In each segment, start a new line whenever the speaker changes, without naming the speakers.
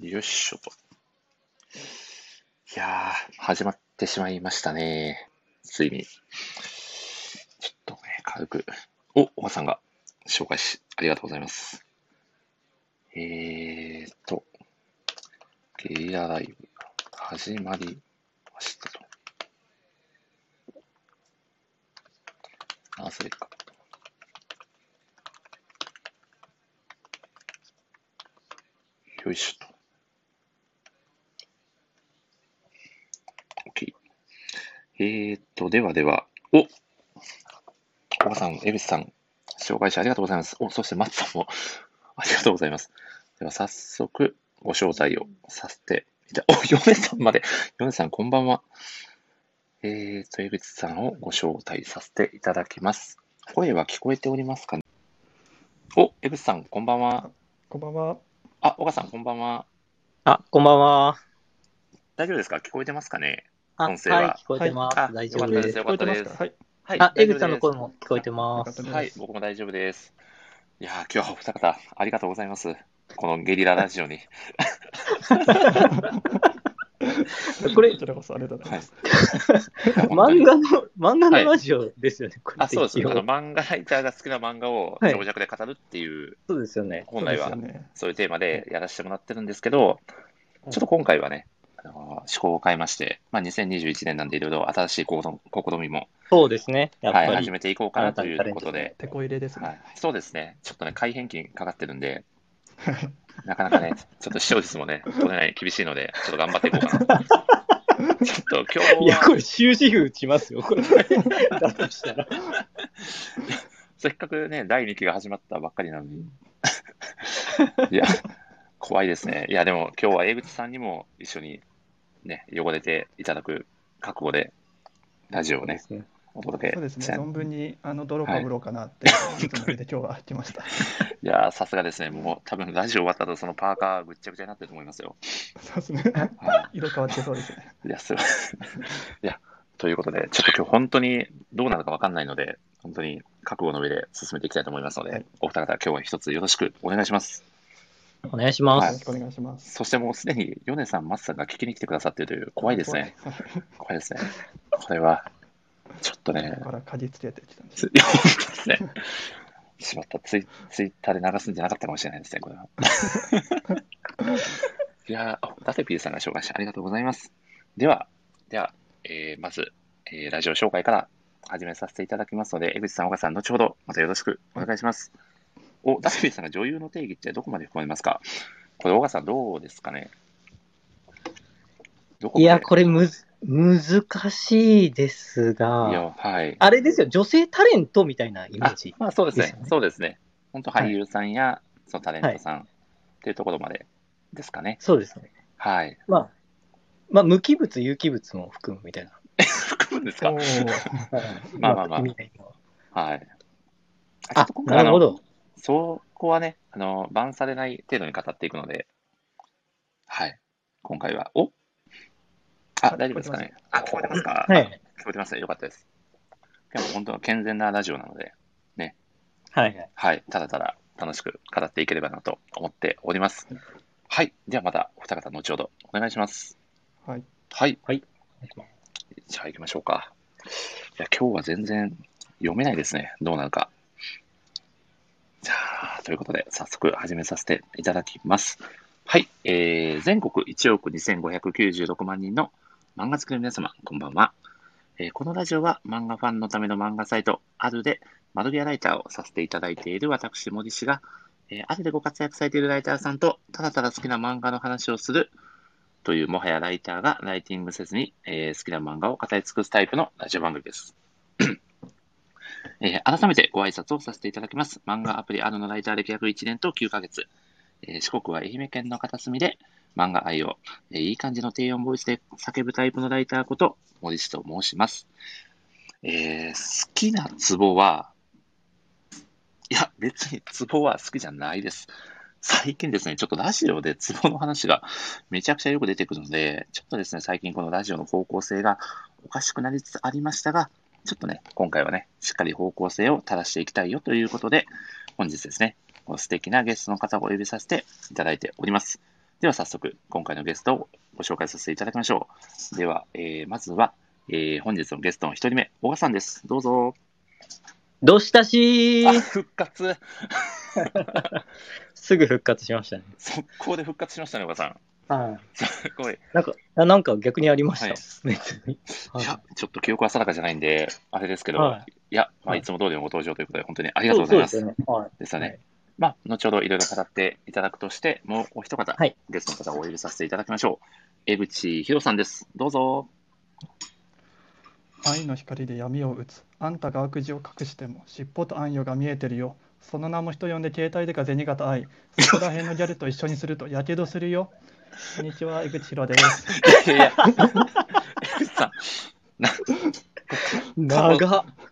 よいしょと。いやー、始まってしまいましたね。ついに。ちょっとね、軽く。お、おばさんが紹介し、ありがとうございます。えーと、ゲリラライブ、始まりましたと。なぜか。よいしょと。OK。えーっと、ではでは、おおばさん、江口さん、紹介者ありがとうございます。お、そして松さんも ありがとうございます。では、早速、ご招待をさせていた、お、米さんまで、米さん、こんばんは。えーっと、江口さんをご招待させていただきます。声は聞こえておりますかねお、江口さん、こんばんは。
こんばんは。
あ、岡さん、こんばんは。
あ、こんばんは。
大丈夫ですか聞こえてますかね
あ、
音声は
聞こえてます。
はい
大丈夫です。
よかったです
聞こえてますかはい。
はい
あ、
大
江
丈夫
口さんの
です
声も聞こえてま
よかっ
す。
た
はい、僕も大丈夫です。いやー、今日はお二方、ありがとうございます。このゲリララジオに。
これ
こちらこそありがとうござい
はい
ま、す。
漫画の、漫画
はい
のラジオですよね、これ
あ、そうです。
一応
あの漫画ライターが好きな漫画を
はい
情弱で語るっていう、
そうですよね。
本来は
そうですよね
そういうテーマでやらせてもらってるんですけど、ちょっと今回はね、あのー趣向を変えまして、まあ、2021年なんでいろいろ新しい試みも、
そうですね。やっぱ
はい、
り。
始めていこうかなということで、
手こ入れです
は
ね。
い、そうですね、ちょっとね、改変期かかってるん で、なかなかね、ちょっと視聴率もね、取れない、厳しいので、ちょっと頑張っていこうかなと。ちょっと今日は。
いや、これ終止符打ちますよ、こ れ。だとしたら。
せっかくね、第2期が始まったばっかりなの に。いや、怖いですね。いや、でも今日は江口さんにも一緒にね、汚れていただく覚悟で、ラジオをね、
そうですね
お届
そう
け
ですね。存分にあの泥かぶろうかなって、いつもで今日は来ました。
いやー、さすがですね。もう多分ラジオ終わった後、そのパーカーぐっちゃぐちゃになってると思いますよ。
そうですね。
は
色変わってそうですね。
い、いや、 すごい。いや、ということで、ちょっと今日本当にどうなるかわかんないので、本当に覚悟の上で進めていきたいと思いますので、
はい
お二方、今日は一つよろしくお願いします。
お願いし
よ
ま
ろし
す。
くお願いします。
そしてもうすでに、ヨネさん、マスさんが聞きに来てくださっているという、怖いですね。
怖い。
怖いですね。これは、ちょっとね
だ、から嗅ぎつけてきたんです。
ついや、本当ですね。 しまった、ツイツイッターで流すんじゃなかったかもしれないですね、これは。いやー、あダテピーさんが紹介してありがとうございます。では、では、えーまず、えーラジオ紹介から始めさせていただきますので、江口さん、岡さん、後ほどまたよろしくお願いします。お、ダテピーさんが女優の定義ってどこまで含まれますかこれ、岡さん、どうですかねどこま
い
で
や、これむず、難しいです
い
が、
や、はい。
あれですよ、女性タレントみたいなイメージ。
まあそうです
です
ね
よ。ね
そうですね。本当
はい
俳優さんや、そのタレントさんっていうところまでですかね。
そうですね。
はい。
まあ、まあ、無機物、有機物も含むみたいな。
含むんです
お
か
ー
まあまあまあ
みたいな
はい。
あ、なるほ。ど。
そこはね、あの、バンされない程度に語っていくので、はい。今回は、おあ、
あ
大丈夫ですかね。あ、聞こえてますか
はい。
聞こえてますね。よかったです。でも本当の健全なラジオなので、
はい。
はい、ただただ楽しく語っていければなと思っております。はい、ではまたお二方後ほどお願いします。
はい。
はい、
お願いします
じゃあ行きましょうか。いや、今日は全然読めないですね。どうなるか。じゃあ、ということで、早速始めさせていただきます。はい、えー、全国1億2596万人の漫画好きの皆様、こんばんは。えーこのラジオは漫画ファンのための漫画サイト、あるで、窓際ライターをさせていただいている私、森氏が、えー、あるでご活躍されているライターさんと、ただただ好きな漫画の話をするというもはやライターがライティングせずに、えー好きな漫画を語り尽くすタイプのラジオ番組です。えー改めてご挨拶をさせていただきます。漫画アプリあるのライター歴約1年と9ヶ月。えー四国は愛媛県の片隅で漫画愛を、えーいい感じの低音ボイスで叫ぶタイプのライターこと森氏と申します。えー好きなツボは、いや、別にツボは好きじゃないです。最近ですね、ちょっとラジオでツボの話がめちゃくちゃよく出てくるので、ちょっとですね、最近このラジオの方向性がおかしくなりつつありましたが、ちょっとね、今回はね、しっかり方向性を正していきたいよということで、本日ですね、この素敵なゲストの方をお呼びさせていただいております。では早速、今回のゲストをご紹介させていただきましょう。では、えーまずは、えー本日のゲストの一人目、小川さんです。どうぞ。
どうしたし
あ、
ー
復活
すぐ復活しましたね。
速攻で復活しましたね、小川さん。
はい。
すごい。
なんか、あなんか逆にありました。
はい
別に。はい
や、ちょっと記憶は定かじゃないんで、あれですけど、、
はい
や、まあ、
はい
いつも通りのご登場ということで、本当にあ
あ
りがとうございます。
そうですよね。はい。
ですよね。
はい
まあ、後ほどいろいろ語っていただくとして、もうお一方、
はい
ゲストの方をお呼びさせていただきましょう。江口博さんです。どうぞ。
愛の光で闇を打つあんたが悪事を隠しても尻尾と暗夜が見えてるよその名も人呼んで携帯でか銭形愛そこら辺のギャルと一緒にするとやけどするよこんにちは江口ひろです
いやいや、江口さん、
長っ。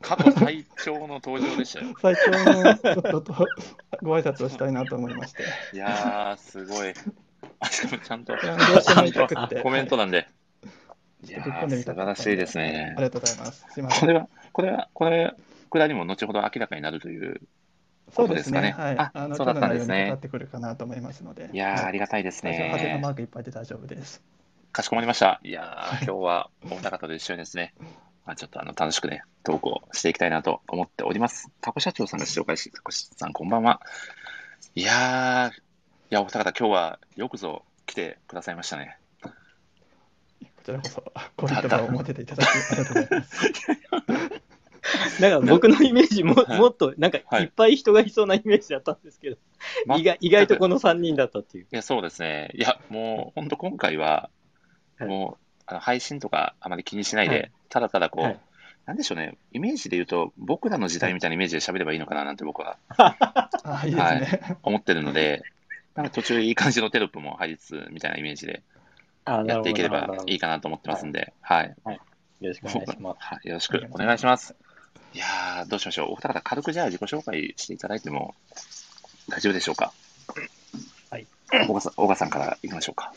過去最長の登場でしたよ。
最初のちょっととご挨拶をしたいなと思い まして
いやー、すごい。あしかもちゃんと、
いや
ち
どうして
ゃ
も
ん
痛くっ
と
て
コメントなんで。い
ち
や
ょっとぶっ込んで
ー、
み
素
た
晴らしいですね
あり。がとうございますすいませ
こ
ん
れは、これは、これ、くだりも後ほど明らかになるという、
そうですね
ことですかね
はい
あ
あの
そう
今
だ
日
ったん
の
で
内容
す
に
ね
かかってくるかなと思いますので
いやー、あ
はい
りがたいです
最初はハテナ
ね
マ。ークいっぱいで大丈夫です
かしこまりました。いやー、今日はお二方と一緒にですね、まあ、ちょっとあの楽しくね、トークをしていきたいなと思っております。タコ社長さんが紹介して、タコさん、こんばんは。いやー、いや、お二方、今日はよくぞ来てくださいましたね。
こちらこそご意見を持てていただきありがとうございます
なんか僕のイメージも、
はい
もっと、なんかい
はい
っぱい人がいそうなイメージだったんですけど、
ま
意外意外とこの3人だったっていう。
いや、そうですね。いや、もう、本当今回は、
はい
もう、あの配信とかあまり気にしないで、
はい
ただただこう、
はい
なんでしょうね、イメージで言うと、僕らの時代みたいなイメージで喋ればいいのかななんて僕は
あいいですね、
思ってるので、なんか途中いい感じのテロップも入りつつみたいなイメージで
あー
や
な
っ
るほ
て
ど
いけれ
な
ば
るほど
いいかなと思ってますんで、はい。
よろしくお願いします。
はい、よろしくお願いします。いやー、どうしましょう。お二方、軽くじゃあ自己紹介していただいても大丈夫でしょうか。
はい。
小川さん小川さんからいきましょうか。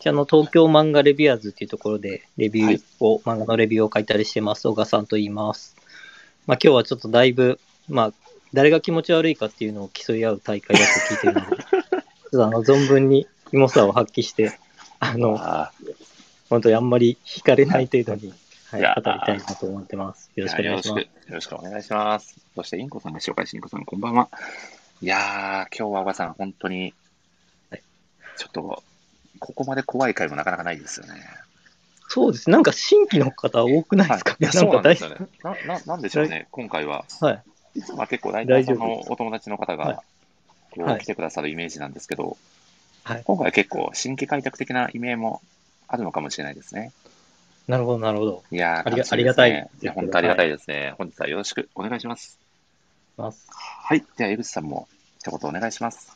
じゃあの、東京漫画レビュアーズっていうところで、レビュ
はい
ーを、漫画のレビューを書いたりしてます、小川さんと言います。まあ、今日はちょっとだいぶ、まあ、誰が気持ち悪いかっていうのを競い合う大会だと聞いてるの で、ちょっとあの、存分にキモさを発揮して、あの、
あー
本当にあんまり惹かれない程度に、はいい、
や
語りたいなと思ってます。よろしくお願いします
やよ。ろしくよろしくお願いします。そして、インコさんが紹介し、インコさん、こんばんは。いやー、今日は小川さん、本当に
はい、
ちょっと、ここまで怖い回もなかなかないですよね。
そうです。なんか新規の方多くないですか、
いや
な
そ
ん
うな
か
んで
大
すよね。なななんでしょうね、今回は。
はい。
いつもは結構ライターさんの
大丈夫
お友達の方
はい
がこ
は
う
い
来てくださるイメージなんですけど、
はい
今回は結構新規開拓的な意味合いもあるのかもしれないですね。
なるほど、なるほど。
いやー
あり
楽しみ
が
ですね
ありがたいです
いや、本当ありがたいですね、本日はよろしくお願いします。
ます
はい。では、江口さんも一言お願いします。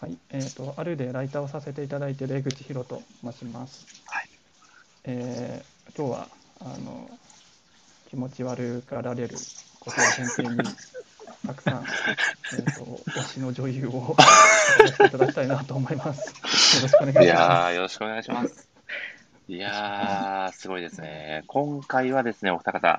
はい、えっ、と、あるでライターをさせていただいている江口博と申します。
はい。
えー今日は、あの、気持ち悪がられることを先生 に、たくさん、えっ、と、推しの女優 を、していただきたいなと思います。よろしくお願いします。
いや ー、よろしくお願いします。いやー、すごいですね。今回はですね、お二方、
は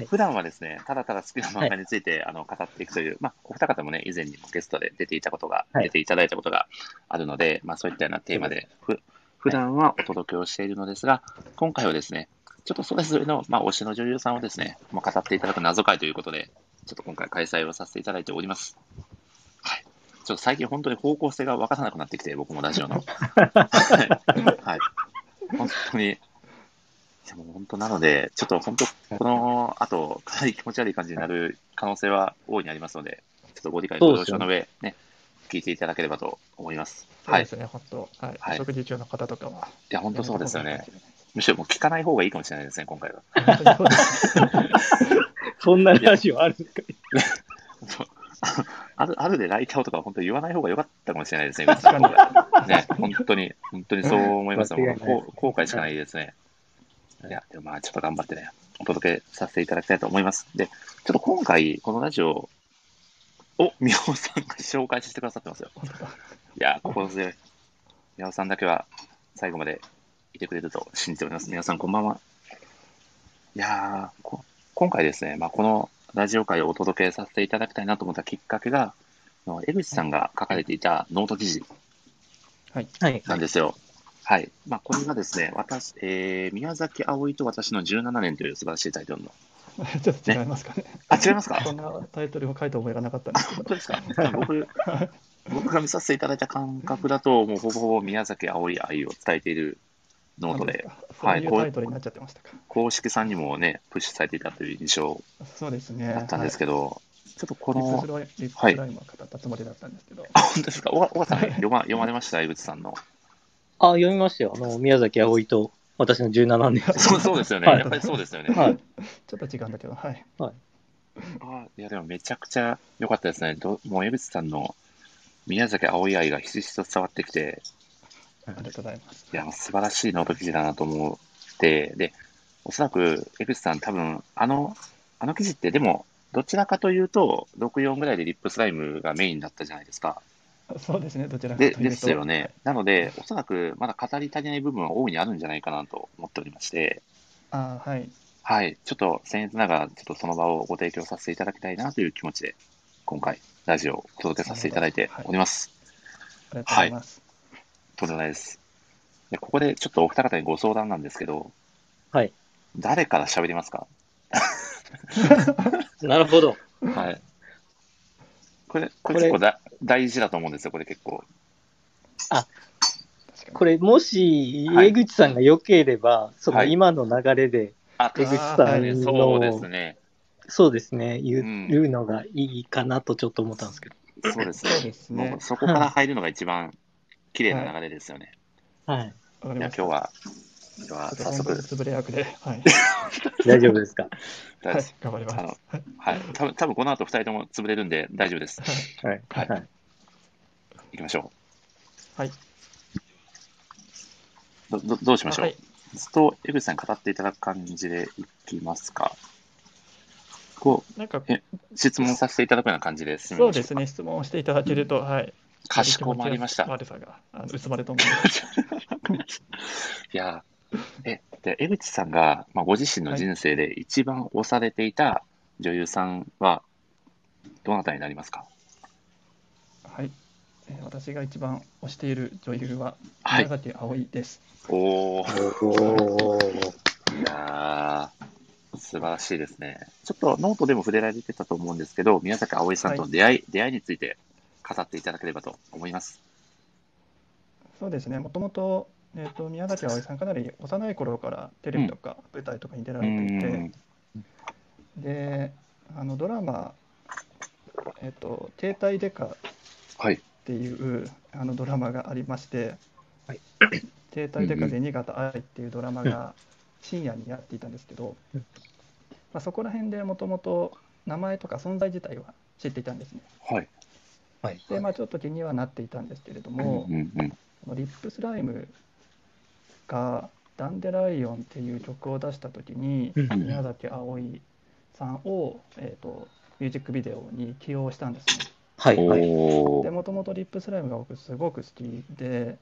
い
普段はですね、ただただ好きな漫画について、あの語っていくという、まあ、お二方もね、以前にもゲストで出ていたことが、
はい
出ていただいたことがあるので、まあ、そういったようなテーマで、ふ普段はお届けをしているのですが、今回はですね、ちょっとそれぞれの、まあ、推しの女優さんをですね、まあ、語っていただく謎会ということで、ちょっと今回開催をさせていただいております。はい。ちょっと最近本当に方向性が分からなくなってきて、僕もラジオ の。はいはい。本当に。でも本当なので、ちょっと本当、この後、かなり気持ち悪い感じになる可能性は大いにありますので、ちょっとご理解、ご了承の上、ね、聞いていただければと思います。
そう
は
で
い。
すね、本当、はい、
はい
食事中の方とかは。
いや、本当そうですよ
やめ
ね
た。方がいいかも
むしろもう聞かない方がいいかもしれないですね、今回は。
しれない本当にそうです
そんなラジオあるんですか
そう ああるあるでライターをとか本当に言わない方が良かったかもしれないですね、
確かに
ね、本当に、本当にそう思いますよ。
間違いない
もうこう後悔しかないですね。いや、でもまあ、ちょっと頑張ってね、お届けさせていただきたいと思います。で、ちょっと今回、このラジオを、宮尾さんが紹介してくださってますよ。
本当だ
いや、心強い。宮尾さんだけは、最後までいてくれると信じております。皆さん、こんばんは。いやーこ今回ですね、まあ、このラジオ会をお届けさせていただきたいなと思ったきっかけが、あの江口さんが書かれていたノート記事
はい。
はい。
なんですよ。はい。まあ、これがですね、私、えー、宮崎葵と私の17年という素晴らしいタイトルの。
ちょっと違いますかね。
あ、違い ますか
そんなタイトルを書いた覚えがなかったんですけ
本
ど。
当ですか 僕、
はい
僕が見させていただいた感覚だと、もうほぼほぼ宮崎葵愛を伝えているノートで、
そういう
はい
タイトルになっちゃってましたか。
公式さんにもね、プッシュされていたという印象
そうですね。
だったんですけど、ちょっとこ
はいリップ
の
ス、ライムリップスライムは語ったつもりだったんですけど。
あ、本当ですか小川さん、読ま読まれました江口さんの。
あ、読みましたよ。あの、宮崎葵と私の17年。
そうそうですよね。
はい
やっぱりそうですよね。
はい。
ちょっと違うんだけど、はい。
あいや、でもめちゃくちゃ良かったですね。どもう江口さんの宮崎葵愛がひしひしと伝わってきて、
ありがとうございます。
いや、もう素晴らしいノート記事だなと思って、で、おそらく江口さん多分、あの、あの記事ってでも、どちらかというと、64ぐらいでリップスライムがメインだったじゃないですか。
そうですね、どちらかとい
で、
うと。
ですよね。なので、おそらくまだ語り足りない部分は大いにあるんじゃないかなと思っておりまして、
あーはい。
はい、ちょっと僭越ながら、ちょっとその場をご提供させていただきたいなという気持ちで、今回、ラジオをお届けさせていただいております。
ありがとうございます。
とんでもないです。で、ここでちょっとお二方にご相談なんですけど、
はい。
誰から喋りますか
なるほど。
はい。これ、こ
こ
れ
れ
結構だ大事だと思うんですよ、これ結構。
確かに
これ、もし、
はい
江口さんが良ければ、その
はい
今の流れで、
あ、手
江口
口
あー
さ
さん
ん
ね、
の、
そうですね。
そうですね、言う,、
うん
言うのがいいかなとちょっと思ったんですけど。
そうです
そう
ね。
ですね
もう。そこから入るのが一番綺麗な流れですよね。
はい。
わか
い、
り
や、今
まし
日
た。
は、今日は
ちょ
早
っと本当に
速、
潰れ役で、 はい。
大丈夫ですか
大
は
丈
い、頑張ります。
あ
は
の
い
夫はい。多分多分この後二人とも潰れるんで大丈夫です。
はい。
はい
はい。
行きましょ
はい。
う。どどどうしましょう、
はい。
ずっと江口さんに語っていただく感じでいきますか。こ
なんか、
えう、質問させていただくような感じで進み
そう
ましょ
で
う
すね、質問をしていただけると、はい。
かしこまりました。
悪さがあの薄まると思います。
いやー、え、で、江口さんが、まあ、ご自身の人生で一番推されていた女優さんは、どなたになりますか
はい。えー私が一番推している女優は、
はい
宮崎葵です。
おー、
おー
いやー、素晴らしいですね。ちょっとノートでも触れられてたと思うんですけど、宮崎あおいさんとの出会い、出会いについて語っていただければと思います。
そうですね、もともと、えー、と宮崎葵さん、かなり幼い頃からテレビとか舞台とかに出ら
う
れていて、
ん、
であのドラマ、えーと「携帯デカ」っ
はい。
ていうあのドラマがありまして、
はい
携帯デカ銭形愛っていうドラマが深夜にやっていたんですけど、
うん
まあ、そこら辺でもともと名前とか存在自体は知っていたんですね。
はい。
はい。
で、まあ、ちょっと気にはなっていたんですけれど
う
も、
んうんうん。
このリップスライムが「ダンデライオン」っていう曲を出した時に
うんうん
宮崎あおいさんを、えー、とミュージックビデオに起用したんです
はい。は
お
ね。
い。
で
ー。
もともとリップスライムが僕すごく好き で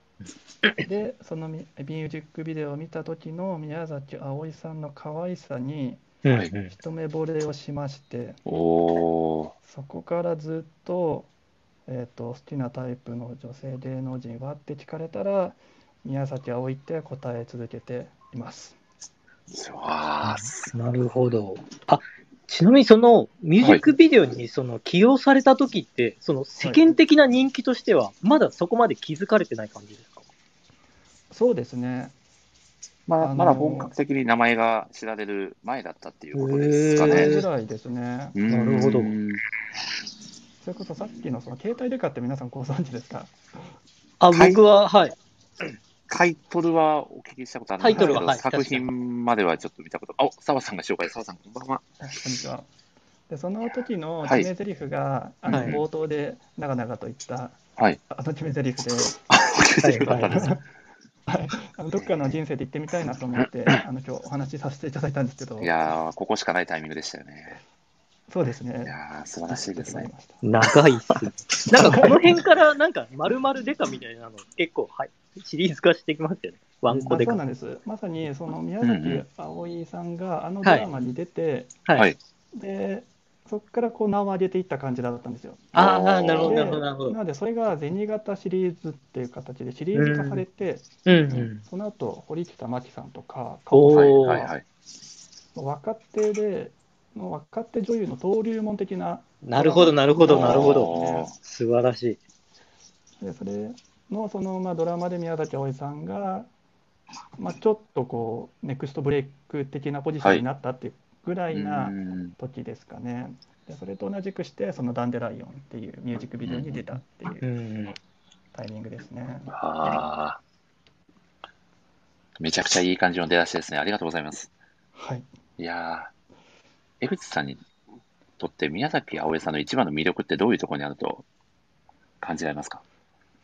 でそのミミュージックビデオを見た時の宮崎あおいさんの可愛さに
うん
はい
うん
一目惚れをしまして
おー。
そこからずっと,、えー、と好きなタイプの女性芸能人はって聞かれたら宮崎あおいって答え続けています。
うわー、す
なるほど。あ、ちなみにそのミュージックビデオにその起用された時って、その世間的な人気としては、まだそこまで気づかれてない感じですか
そうですね。
ま
あ
だ
のー
まだ本格的に名前が知られる前だったっていうことですか
そ
へ
ね
れぐ。らいですね。
うん
なるほど
それこそさっきのその携帯デカって皆さんご存知ですか
あ、
はい
僕は、はい。
タイトルはお聞きしたことあるんですけ
タイトル
ど、
ははい
作品まではちょっと見たこと。あ、澤さんが紹介、澤さん、こんばんは。
あこんにちは。で、その時の
はい
決め台詞が、あの
はい
冒頭で長々と言った、
はい。
あの決め台詞で、
あ、お聞きしたことあったんです。
はい、あのどっかの人生で行ってみたいなと思 って、あの今日お話しさせていただいたんですけ ど
い、やー、ここしかないタイミングでしたよね。
そうです
い
ね。
やー、素晴らしいですね。
長いっす。なんかこの辺から、なんか丸々デカみたいなの、結構、はい。シリーズ化してきますよね。ワンコ
あ
デ
そう
カ。
な
は。
んですまさにその宮
うんう
崎
ん
あおいさんがあのドラマに出て、
はいい。
でそこからこう名を上げていった感じだったんですよ。
あ
お
あ、
ー
なるほど、
で
なるほど、なるほど。
ので、それが銭形シリーズっていう形でシリーズ化されて、
うんうん。
その後堀北真希さんとか、
お
はい
ー
はいはい。
若手で、もう若手女優の登竜門的な、
なるほど、なるほど、なるほ
お
ど
ー。
素晴らしい。。
でそれのそのまあドラマで宮崎あおいさんが、まあ、ちょっとこう、ネクストブレイク的なポジションになったっていうぐらいな
うん
時ですかね。でそれと同じくして、そのダンデライオンっていうミュージックビデオに出たっていううんタイミングですね。
ああ。めちゃくちゃいい感じの出だしですね。ありがとうございます。
はい。
いやー、江口さんにとって宮崎あおいさんの一番の魅力ってどういうところにあると感じられますか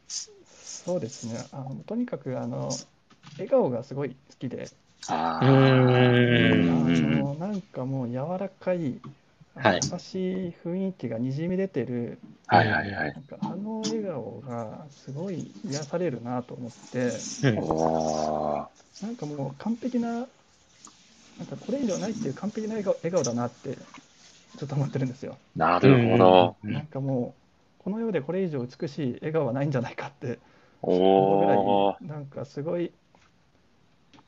そうですね。あのとにかくあの笑顔がすごい好きで、
ああ。
う
あ
ーん。
のなんかもう柔らかい、あの
はい
優しい雰囲気がにじみ出てる、
はいはいはい。
なんかあの笑顔がすごい癒されるなと思って、
うん
おー。
なんかもう完璧な、なんかこれ以上ないっていう完璧な笑顔笑顔だなって、ちょっと思ってるんですよ。
なるほど。
うん
なんかもう、この世でこれ以上美しい笑顔はないんじゃないかって
おお。
ぐらいなんかすごい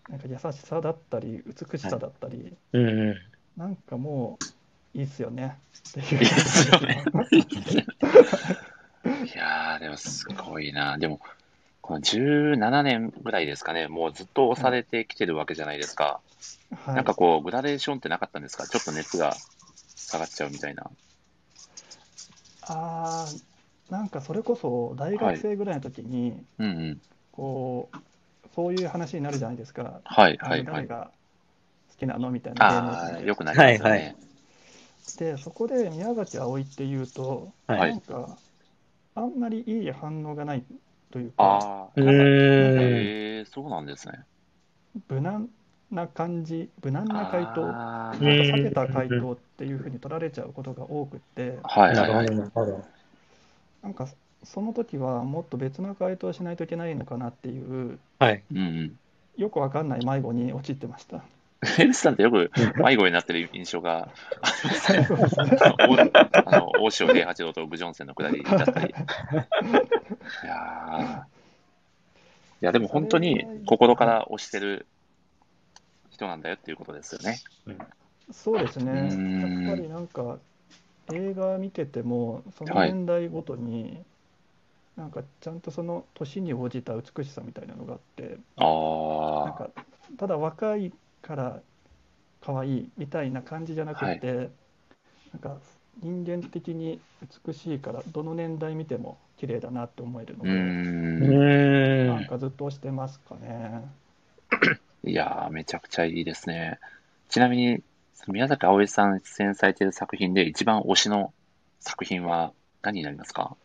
なんか優しさだったり美しさだったり、
うんうん。
なんかもういいっすよねっていう
いいっすよねいやー、でもすごいな。でも、この17年ぐらいですかね、もうずっと押されてきてるわけじゃないですか。
はい
なんかこう、グラデーションってなかったんですかちょっと熱が下がっちゃうみたいな。
あーなんかそれこそ大学生ぐらいの時に、
うんうん。
こうそういう話になるじゃないですか、
はい
あの
はいは
誰
い。
が好きなのみたいな
ああ、
芸能
よくなりますよ
はいはい
ね。
人でそこで宮崎あおいっていうと、
は。
ないんかあんまりいい反応がないというか
ああ
う、ーん。
へえ、そうなんですね。
無難な感じ無難な回答なんか
あ
うん
ー
避けた回答っていうふうに取られちゃうことが多くって
はい
な
はい
るほ
はい
ど、。なるほど。
なんかその時はもっと別な回答をしないといけないのかなっていう
はい。
うんうん。
よくわかんない迷子に陥ってました。
江口さんってよく迷子になってる印象がありますね。
そうですね
あの大あの大塩平八郎とブジョンセンのくだりだったり。いやーいやでも本当に心から推してる人なんだよっていうことですよね。
そうですね
うん
やっぱりなんか映画見ててもその
はい
年代ごとになんかちゃんとその年に応じた美しさみたいなのがあってなん
あ
かただ若いから可愛いみたいな感じじゃなくて、なんか人間的に美しいからどの年代見ても綺麗だなって思えるの
あ。う。
で、
うんー
なん
ん。
かずっと押してますかね。
いやー、めちゃくちゃいいですね。ちなみに、その宮崎あおいさん出演されている作品で一番推しの作品は何になりますか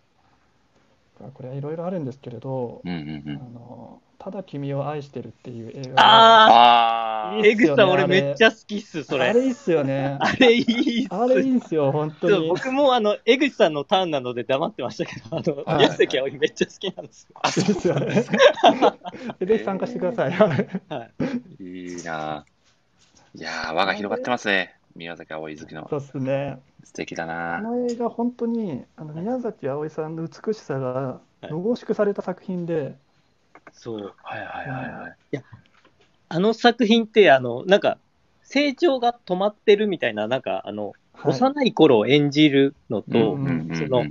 これはいろいろあるんですけれど、
うんうんう
あ
ん。
のただ君を愛してるっていう映画が
あ
あ
あ
あ
いい
江口さ
い
ん、
いっすよね
俺
あれ
めっちゃ好きっす、そ
あ
れ。
れいいっすよ ね。
あれいいっす。
あれいいっすよ、本当
そう
に。
僕もあの江口さんのターンなので黙ってましたけど、あの、
はい
宮崎あおいめっちゃ好きなんですよ。
あ、そう
ですよ ね。ぜひ参加してください。
はい、
いいなぁ。いやぁ、輪が広がってますね。宮崎あおい好きの。
そうっすね。
素敵だ
こ
なぁ。
の映画、本当にあの宮崎あおいさんの美しさが濃縮された作品で、
そう。
はいはいはいはい。
あの作品って、あの、なんか、成長が止まってるみたいな、なんか、あの、
はい
幼い頃を演じるのと、
うん
その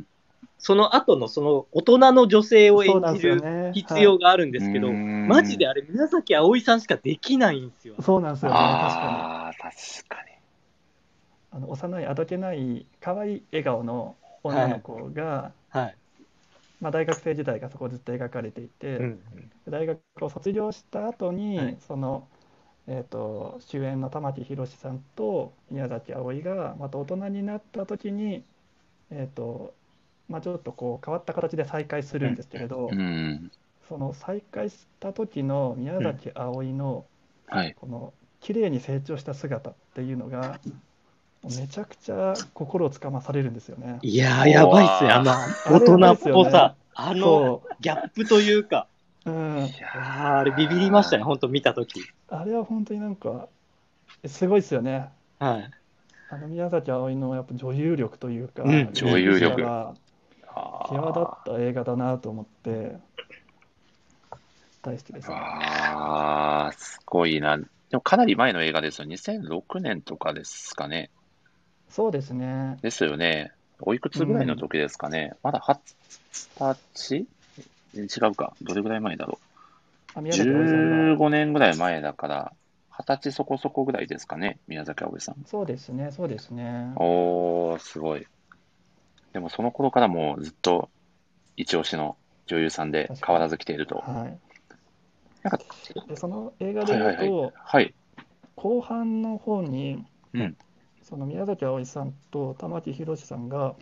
その後のその大人の女性を
そうなんで
演じ
すよ
る
ね。
必要があるんですけど、マ
マ
ジであれ、宮崎あおいさんしかできないんですよ
はい。そうなんですよね、確か
ああ、確かに。
に。あの幼い、あどけない、可愛い笑顔の女の子が、
はい。
まあ、大学生時代がそこずっと描かれていて、大学を卒業した後に、
はい
その、えー、と主演の玉木宏さんと宮崎あおいがまた大人になった時に、えーとまあ、ちょっとこう変わった形で再会するんですけれど、
うん。
その再会した時の宮崎あおいの
はい。
この綺麗に成長した姿っていうのがめちゃくちゃ心をつかまされるんですよね。
いやー、やばいっすよ。あの、大人っぽさ、あの、
そ
ギャップというか、
う、うん、
いや
あ
ー
ーあれ、ビビりましたね、本当見たとき。
あれは本当になんかすごいですよね。
はい。
あの宮崎あおいのやっぱ女優力というか、
うん
演技者
女優力
が
あ
際立った映画だなと思って、大好きです。
あー、すごいな。でもかなり前の映画ですよ。2006年とかですかね。
そうですね。
ですよね。おいくつぐらいの時ですかね。まだ二十歳違うか。どれぐらい前だろ
あ
う。
宮崎あおいさんが。
15年ぐらい前だから、二十歳そこそこぐらいですかね。宮崎あおいさん。
そうですね、そうですね。
おー、すごい。でもその頃からもうずっと一押しの女優さんで変わらず来ていると。
は
なんか、
い、でその映画で言うと、
はいははい。
後半の方に、
うん
その宮崎あおいさんと玉木宏さんが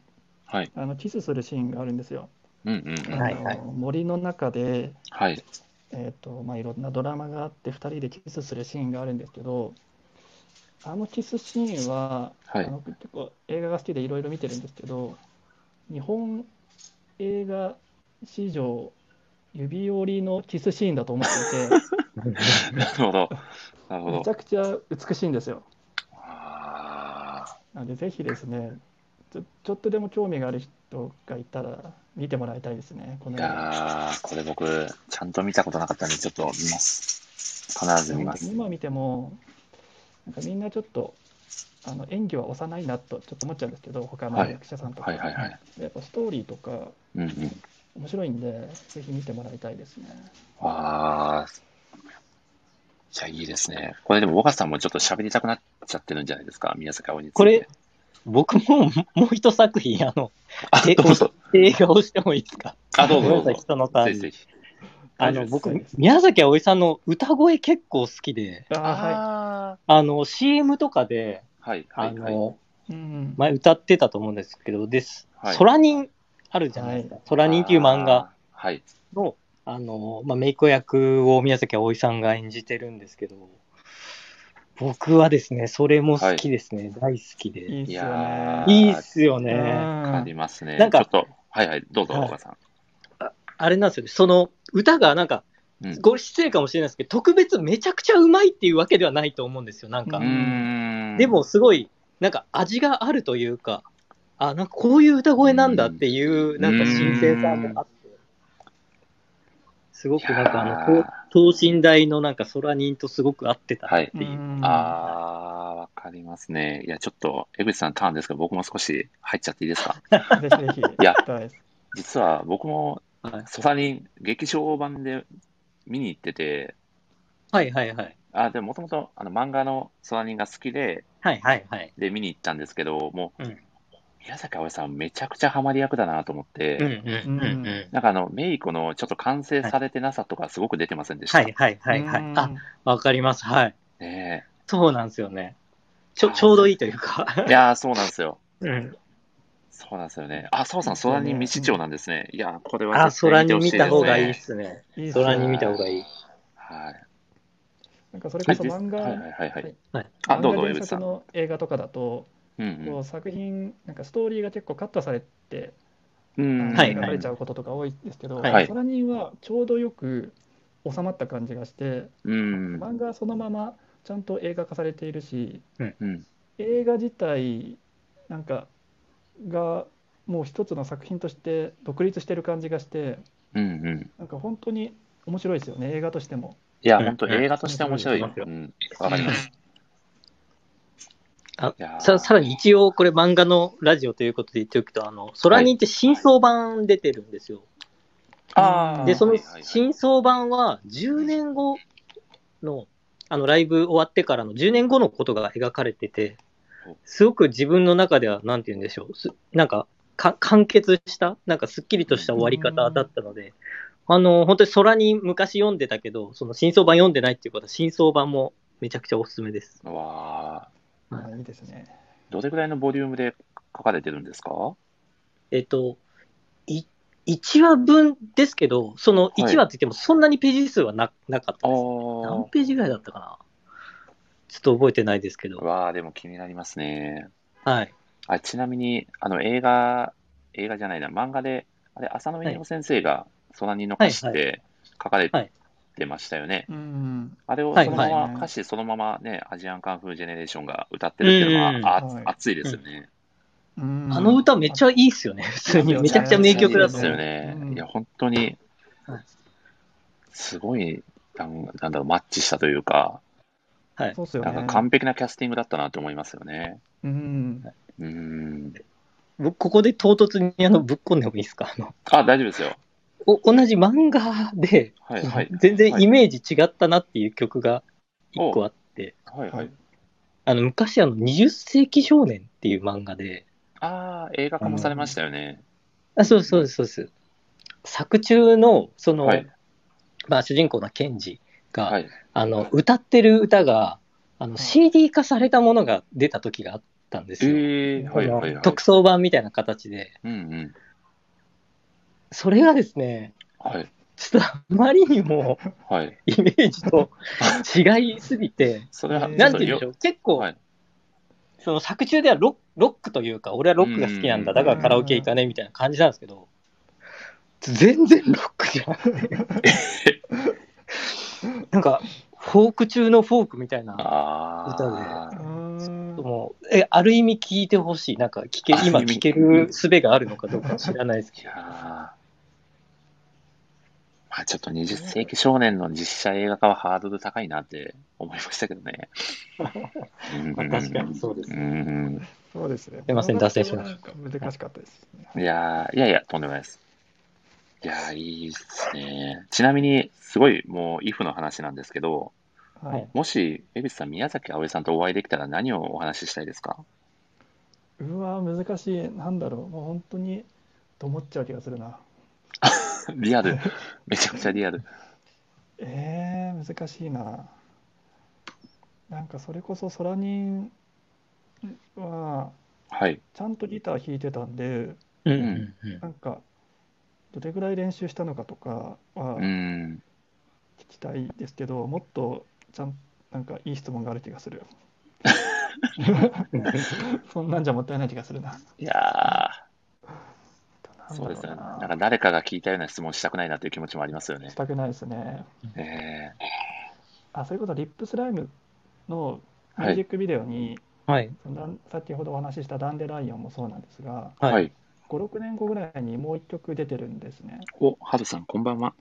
はい。
あのキスするシーンがあるんですよ。
うんうんうん。
はいはい
あの森の中で、
はい。
えーとまあ、いろんなドラマがあって2人でキスするシーンがあるんですけどあのキスシーンは、
はい
あの結構映画が好きでいろいろ見てるんですけど日本映画史上指折りのキスシーンだと思っていて
なるほど。なるほ
めち
ど。
ゃくちゃ美しいんですよ。
あー
なのでぜひですねちょちょっとでも興味がある人がいたら見てもらいたいですね。この
い
映画
やー、これ僕、ちゃんと見たことなかったんで、ちょっと見ます。必ず見ます。
今見てもなんかみんなちょっとあの演技は幼いなとちょっと思っちゃうんですけど他の
はい
役者さんとか、
はいはいはい。
やっぱストーリーとか
うんうん。
面白いんでぜひ見てもらいたいですね
あー。じゃあいいですね。これでも、岡さんもちょっと喋りたくなっちゃってるんじゃないですか、宮坂葵について。
これ僕も、もう一作品、あの、
あ、
え
どうぞ。
映画をしてもいいですか
あ、どうぞどう
ごめんなさい
ぞ。
人のター
ぜ
ン
ひぜひ。
あ
大丈夫
の、
です
そう
僕
で、す
宮崎あおいさんの歌声結構好きで、
あは
あ
あの、CM とかで、
ー。はいは
あ
いはい。
の、
い、うん
前歌ってたと思うんですけど、です
はい。
空人あるじゃないですか。空人っていう漫画
あー。はい。
の、あの、まあ、メイク役を宮崎あおいさんが演じてるんですけど、僕はですね、それも好きですね。大好き
い
で。
いっす
い
よ
や
ね
ー
いいっすよ
う
ね。
わか
ん
りますね。
なんか
ちょっと、はいはい。どうぞ、
はい
岡さん。
あれなんですよね。その歌がなんか、
うん
ご失礼かもしれないですけど、特別めちゃくちゃうまいっていうわけではないと思うんですよ。なんか。
うーん。
でも、すごい、なんか味があるというか、あ、なんかこういう歌声なんだっていう、
ん
なんか新鮮さもあって、すごくなんかあ
い
の
や、
等等身大のなんか空人とすごく合ってた
はい
っ。ていう。
うん
あー、わかりますね。いや、ちょっと、江口さんターンですけど、僕も少し入っちゃっていいですか。
ぜひぜひ
いや
行きたいです。
実は僕も、
はい
ソラに劇場版で見に行ってて、
はいはいはい。
あ、でももともとあの漫画のソラニンが好きで、
はいはいはい。
で見に行ったんですけど、もう、
うん
宮崎あおいさんめちゃくちゃハマり役だなと思って、
うんうんうんうん。
なんかあの、メイコのちょっと完成されてなさとかすごく出てませんでした。
はいはいはいはいう
ん
あ、わかります。はい。
ね
そうなんですよね。ちょ、ちょうどいいというか。
えいやー、そうなんですよ。
うん。
そうなんですよね。あ、そうさん、ソラニン未知長なんですね。いやー、これは
あ、
絶
空
対
に見
見てほ
た
しいですね
方がいいですね。
いいっすよ
空に見た方がいい。
はい。
なんかそれこそ漫画、
はいはいはいは
はいい。
はい
あ、どう
漫
ぞ、
画
江
原
口さ
作
ん。
の映画とかだと、
うん
こう作品なんかストーリーが結構カットされて
うん。うん
はい
描か
はい
れちゃうこととか多いですけど、
はい
はい
ソラニンはちょうどよく収まった感じがして、
うん。
漫画はそのままちゃんと映画化されているし、
うん。
映画自体なんかがもう一つの作品として独立してる感じがして、
うんうん。
なんか本当に面白いですよね、映画としても。
いや、
うん
本当映画として面白い。う
面白い
ん。わかります。
あ
いやー
ささらに一応、これ漫画のラジオということで言っておくと、あの、空にって真相版出てるんですよ。
あー
で、そ
は
の
いはいはい
真相版は10年後の、あの、ライブ終わってからの10年後のことが描かれてて
お、
すごく自分の中では、なんて言うんでしょう、すなんかか、完結した、なんかすっきりとした終わり方だったので、あの、本当に空に昔読んでたけど、その真相版読んでないっていうことは、真相版もめちゃくちゃおすすめです。
わあ、
はい
あいいですね。
どれぐらいのボリュームで書かれてるんですか
えっと、い1話分ですけど、その1話って言ってもそんなにページ数はななかった
あ
です。
ー。
何ページぐらいだったかなちょっと覚えてないですけど。
わあ、でも気になりますね。
はい。
あ、ちなみに、あの、映画、映画じゃないな、漫画で、あれ、浅野稲穂先生が、ソラニンの歌詞って書かれ
はい
ってましたよね。
うん。
あれを
はい
そのま
はい
ま、歌詞そのままね、アジアンカンフージェネレーションが歌ってるっていうのは、
うん
あ熱いですよね。
うん
あの歌めっちゃいいっすよね、普通に。めちゃくちゃ名曲
だ
だっ
と
で
た
す
思
よ
う
ね
ね。
う。ん
いや、本当に
はい、
すごい、なんなんだろう、マッチしたというか、
はい。
そうっすよ
な
ね。
んか完璧なキャスティングだったなと思いますよね。
うん。
うん。
僕、ここで唐突にあのぶっこんでもいいですかあの
あ、大丈夫ですよ。
お同じ漫画で、
はい、はい。
全然イメージ違ったなっていう曲が一個あって、
はい、はい。
あの昔あの20世紀少年っていう漫画で、
ああ、映画化もされましたよね。
あそうですそうですそうです。作中のその、
はい
まあ主人公のケンジが、
はい。
あの歌ってる歌があの
い
CD 化されたものが出た時があったんですよ。
ええ、
ー
はい、はい、
あ
は
の
い。
特装版みたいな形で、
うん、うん。
それがですね、
はい、
ちょっとあまりにも
はい。
イメージと違いす ぎて、
それは、
えー
なんて言うん
ちょ
でしょ
っ
う、結構、
はい
その作中ではロックロックというか、俺はロックが好きなんだ、
うんうん
だ
うん
からカラオケ行かねみたいな感じなんですけど、全然ロックじゃん。 なんか、フォーク中のフォークみたい
と
な、
ああ。
うん
もうえある意味聞いてほしい、なんか聞け
ある意味
今聞ける術があるのかどうか知らないですけ
いやーまあちょっと20世紀少年の実写映画化はハードル高いなって思いましたけど ね。
ど、まあ確かにそうです
う。ん
そうですね。
すいません脱線しま
した。難しかったですね。
うんいやーいやいや、とんでもないです。いやーいいですね。ちなみに、すごいもう、イフの話なんですけど、
は
はい
い。
もし、江口さん、宮崎葵さんとお会いできたら何をお話ししたいですか
うわー難しい。なんだろう。もう本当にと思っちゃう気がするな。
リアル。めちゃくちゃリアル。
えー、難しいな。なんかそれこそソラニンは
はい。
ちゃんとギター弾いてたんで、
うん
ん
うん
なんかどれぐらい練習したのかとかは
うん。
聞きたいですけど、もっとちゃんなんかいい質問がある気がす る。そんなんじゃもったいない気がするな。
いやー、
なん
そう
だろ
で
う
すね。
な
なんか誰かが聞いたような質問したくないなという気持ちもありますよね
し。たくないですね。
えー
あ、そういうこと、リップスライムのミ
は
ュー
い
ジックビデオに、
はい。
そのなん先ほどお話ししたダンデライオンもそうなんですが、
はい
はい。
5、6年後ぐらいにもう一曲出てるんですね。
お、ハルさん、こんばんは。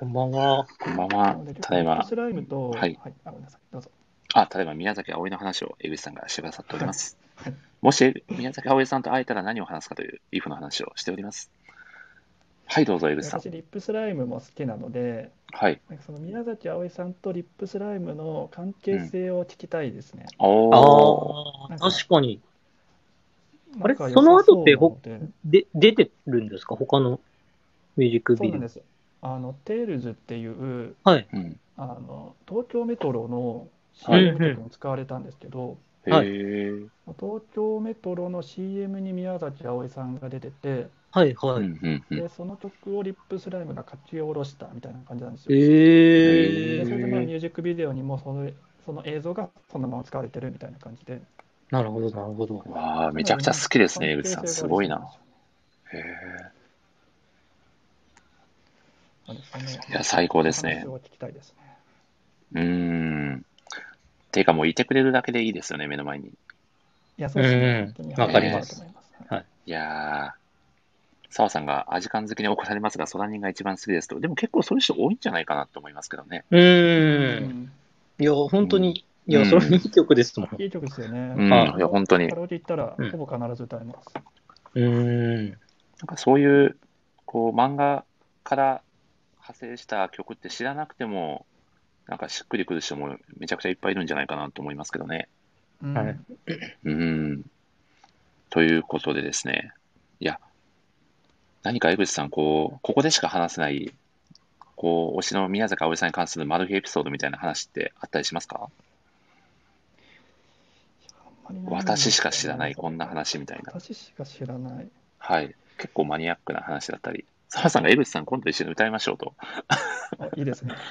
こんばんは。
こんばん
な
は
ので。リ
ただい
ッ
ま
プス、ライムと、
はい
あ、ごめんなさい、どうぞ。
あ、ただいま宮崎葵の話を江口さんがしてくださっております
はい。
もし宮崎葵さんと会えたら何を話すかというイフの話をしております。はい、どうぞ江口さん
私、。リップスライムも好きなので、
はい。
なんかその宮崎あおいさんとリップスライムの関係性を聞きたいですね。
おー。
ああ、確かに。あれ
なんか良さうなので
で、出てるんですか他のミュージック
そう
ビ
な
デ
んで。
オ
す。あの、テールズっていう、
はい。
うん。
あの東京メトロの
はい
CM 曲に使われたんですけど、
へ
はい
ー。
東京メトロの CM に宮崎あおいさんが出てて、
はい
うん
は
う
い。
んうん。
でその曲をリップスライムが書き下ろしたみたいな感じなんですよ。
え
でそれでまあミ
ー。
ュージックビデオにもそのその映像がそのまま使われてるみたいな感じで。
なるほど、なるほど。
わあ、めちゃくちゃ好きですね、江口さん。すごいな。へ
そうですね。
いや最高ですね
話を聞きたいです
ー。
ね。
うーん。ていうか、もういてくれるだけでいいですよね、目の前に。
いや、そうです
うん
ね。本当に
わかります
ありがとうございます
いやー、澤さんがアジカン好きに怒られますが、ソラニンが一番好きですと、でも結構そういう人多いんじゃないかなと思いますけどね。
うー。
うんん
いや、本当に、
うん
いや、それ人気曲ですもん。
いい曲ですよね。
うん、い
あ
や、本当に。
カ
な
ラオケ行ったら
うん
ほぼ必ず歌えます。
うーん。
んかそういう、こう、漫画から派生した曲って知らなくても、なんかしっくりくる人もめちゃくちゃいっぱいいるんじゃないかなと思いますけどね。
うん
はい
うん。ということでですね。いや、何か江口さん、こう、ここでしか話せない、こう、推しの宮崎あおいさんに関するマル秘エピソードみたいな話ってあったりしますか
あんまりないんですよね
私しか知らないこんな話みたいな。
私しか知らない。
はい。結構マニアックな話だったり。澤さんが江口さん今度一緒に歌いましょうと。
あいいですね。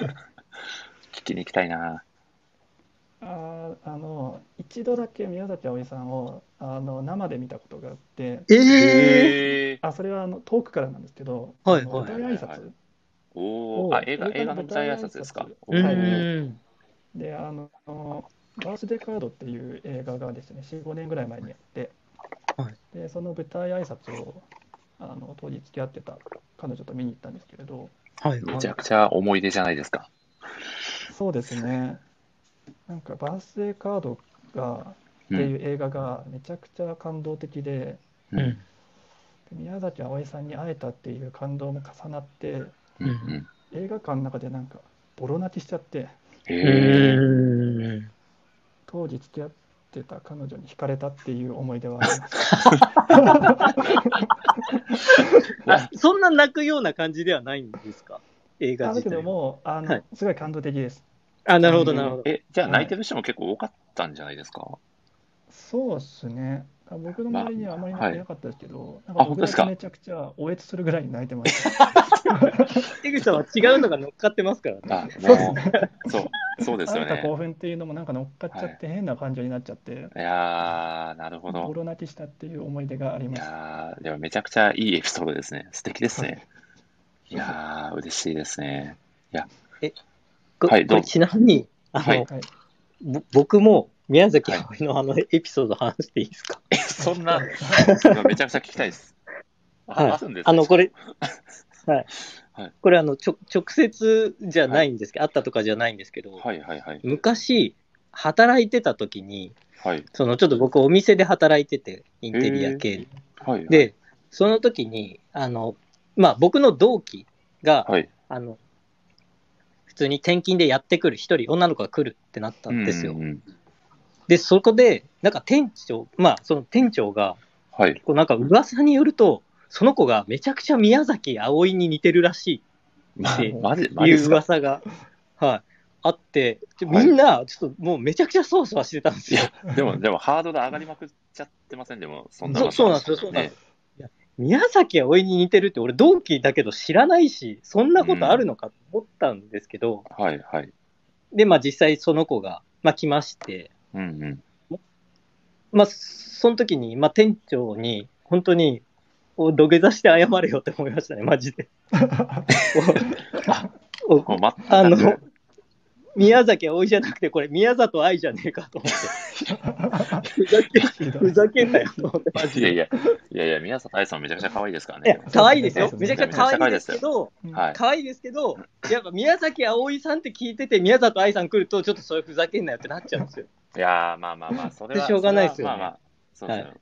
聞きに行きたいな。
あーあの一度だけ宮崎あおいさんをあの生で見たことがあって、
ええ
あそれはあの遠くからなんですけど、
はい
あの
はい
舞台挨
はいは
拶
お
お
お、
ー
あ、映画、
映画の
映画の舞台挨拶ですか。
舞
う
台挨拶
ーん。
で、あの、バースデーカードっていう映画がですね、4、5年ぐらい前にやって、
はい
で、その舞台挨拶を、あの、当時付き合ってた彼女と見に行ったんですけれど、
はい、
め
は
ちゃ
い。
くちゃ思い出じゃないですか。
そうですね、なんかバースデーカードが、っ
う
て
ん
いう映画がめちゃくちゃ感動的で、
うん
うん
宮崎あおいさんに会えたっていう感動も重なって、
うんうん。
映画館の中でなんかボロ泣きしちゃって、
う
へえ。
ーん。
当時付き合ってた彼女に惹かれたっていう思い出はあります。
あ そんな泣くような感じではないんですか映画
あだ
自
けど
体は。
も、あの、
はい
すごい感動的です。
あ、なるほど、なるほど。
え、じゃあ泣いてる人も結構多かったんじゃないですか。
そうですね。あ僕の周りにはあまり
ま
泣
あ
いてなかったですけど、
い
なんか
あ本当
僕
で
だ
すか
けめちゃくちゃおえつするぐらいに泣いて ました。
江口さんは違うのが乗っかってますからね。
あ、もう、そう、そうです
あ
よ
った
ね。
興奮っていうのもなんか乗っかっちゃって変な感情になっちゃって、
いやー、なるほ
ボ
ど。
ロ泣きしたっていう思い出があり
い
ます。
やー、でもめちゃくちゃいいエピソードですね。素敵ですね。いやー、嬉しいですね。
こ
はい
こ
どう
れちなみに、あの、
はい
はい。
ぼ僕も宮崎葵のあのエピソード話していいですか、
え、 そんな、めちゃくちゃ聞きたいです。
はい
あ、あるんですね
あ の、これ、はい。
はい
これ、あの、ちょ、直接じゃないんですけど、あったとかじゃないんですけど、
はいはいはい。
昔、働いてた時に、
はい。
その、ちょっと僕、お店で働いてて、インテリア系で
はい。
で、その時に、あの、まあ、僕の同期が、
はい。
あの、普通に転勤でやってくる、一人女の子が来るってなったんですよ。
うんうんうん
で、そこで、なんか店長、まあ、その店長が、
はい。
こうなんか噂によると、その子がめちゃくちゃ宮崎あおいに似てるらし
ま
で
マジ、
いっ
マジで
ていう
すか。
噂が、はい、あって、ちょ
はい
みんな、ちょっともうめちゃくちゃそわそわしてたんです
い
よ。
や、でも、でも、ハードル上がりまくっちゃって ません、でも、そんな
そ
こ
う
と
そうなんですよ、そうなんですよ。いや宮崎あおいに似てるって、俺、同期だけど知らないし、そんなことあるのかと思ったんですけど、
はいはい。
で、まあ、実際その子が、まあ、来まして、
うんうん。
まあ、その時に、まあ、店長に、本当に、お土下座して謝れよって思いましたね、マジで。おお
もう、ま、
あの、宮崎葵じゃなくて、これ、宮里愛じゃねえかと思って。ふざけ、
ひどい
ふざけんなよと思って。
マジで。いやいや、いや、宮里愛さんめちゃくちゃ可愛いですから
いや
ね。、
可愛いですよ。
そうで
め
す
ち
ね
ゃくちゃ可愛いですけど、
はい。
可愛いですけど、やっぱ宮崎葵さんって聞いてて、宮里愛さん来ると、ちょっとそれふざけんなよってなっちゃうんですよ。
いやー、まあまあまあ、それは。
しょうがないですよね
まあまあ、そうですよ
は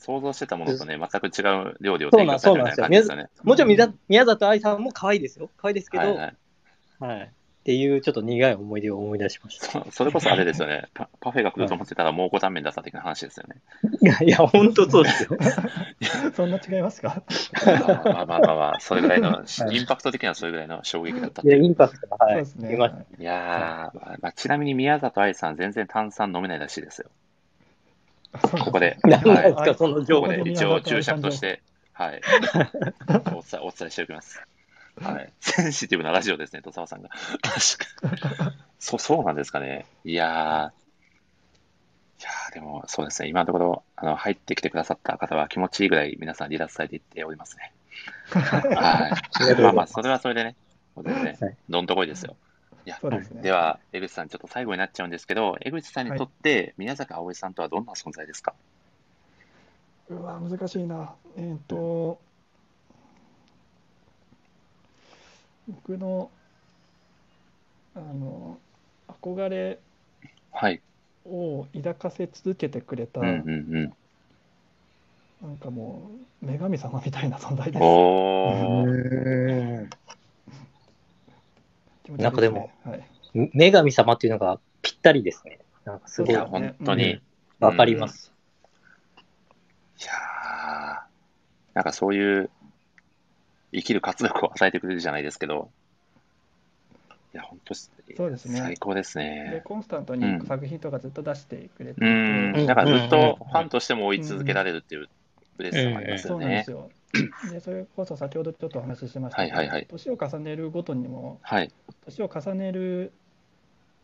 想像してたものとね、全く違う料理を提供されてるみたいな感じですよね。
もちろん宮宮里愛さんも可愛いですよ。可愛いですけ
は
ど、はいい、
はい。
っていう、ちょっと苦い思い出を思い出しました。
そ それこそあれですよ ね。パパフェが来ると思ってたら、蒙古タンメン出した的な話ですよね。
いや、いや、本当そうですよ。
そんな違いますか
まあまあまあまあ、 それぐらいの、インパクト的にはそれぐらいの衝撃だったって
い
い
や、
う。
インパクトが、はい。
そうですね。
いま
はい
いやー、まあまあ、ちなみに宮里愛さん、全然炭酸飲めないらしいですよ。
あそうなんです
ここで、
何 なんです
は
か、
はい
その
い、こ
情
こ
報。
で一応注釈として、 はい、お伝えお伝えしておきます。はい、 センシティブなラジオですね、とさわさんが。確かそそうなんですかね。いやー。いやーでも、そうですね。今のところ、あの、入ってきてくださった方は気持ちいいぐらい皆さん離脱されていっておりますね。はい。まあまあ、それはそれでね、もう全然
はい、
どんとこいですよ。いや
そうですね
では、江口さん、ちょっと最後になっちゃうんですけど、江口さんにとって、宮崎あおいさんとはどんな存在ですか、
うわ、難しいな。えーっと、僕の、あの、憧れ
はい。
を抱かせ続けてくれた、
うん
な
うんうん。
んかもう、女神様みたいな存在です。
おー。
気持ち悪いすねはい。
女神様っていうのがぴったりですね。なんかすご
い
い
や、
そうですね
本当に。
うんわかります。
いやーなんかそういう、生きる活力を与えてくれるじゃないですけど、いや、本当
そうですね
最高です
で、
ね。
コンスタント
うん
に作品とかずっと出してくれて
う
いて、
ん、だからずっとファンとしても追い続けられるっていう嬉しさもあります
そ
よ
うなんで
ね
す。よ。で、それこそ先ほどちょっとお話ししまし
は
た
い
けど、
はいはい
年を重ねるごとにも、
はい。
年を重ねる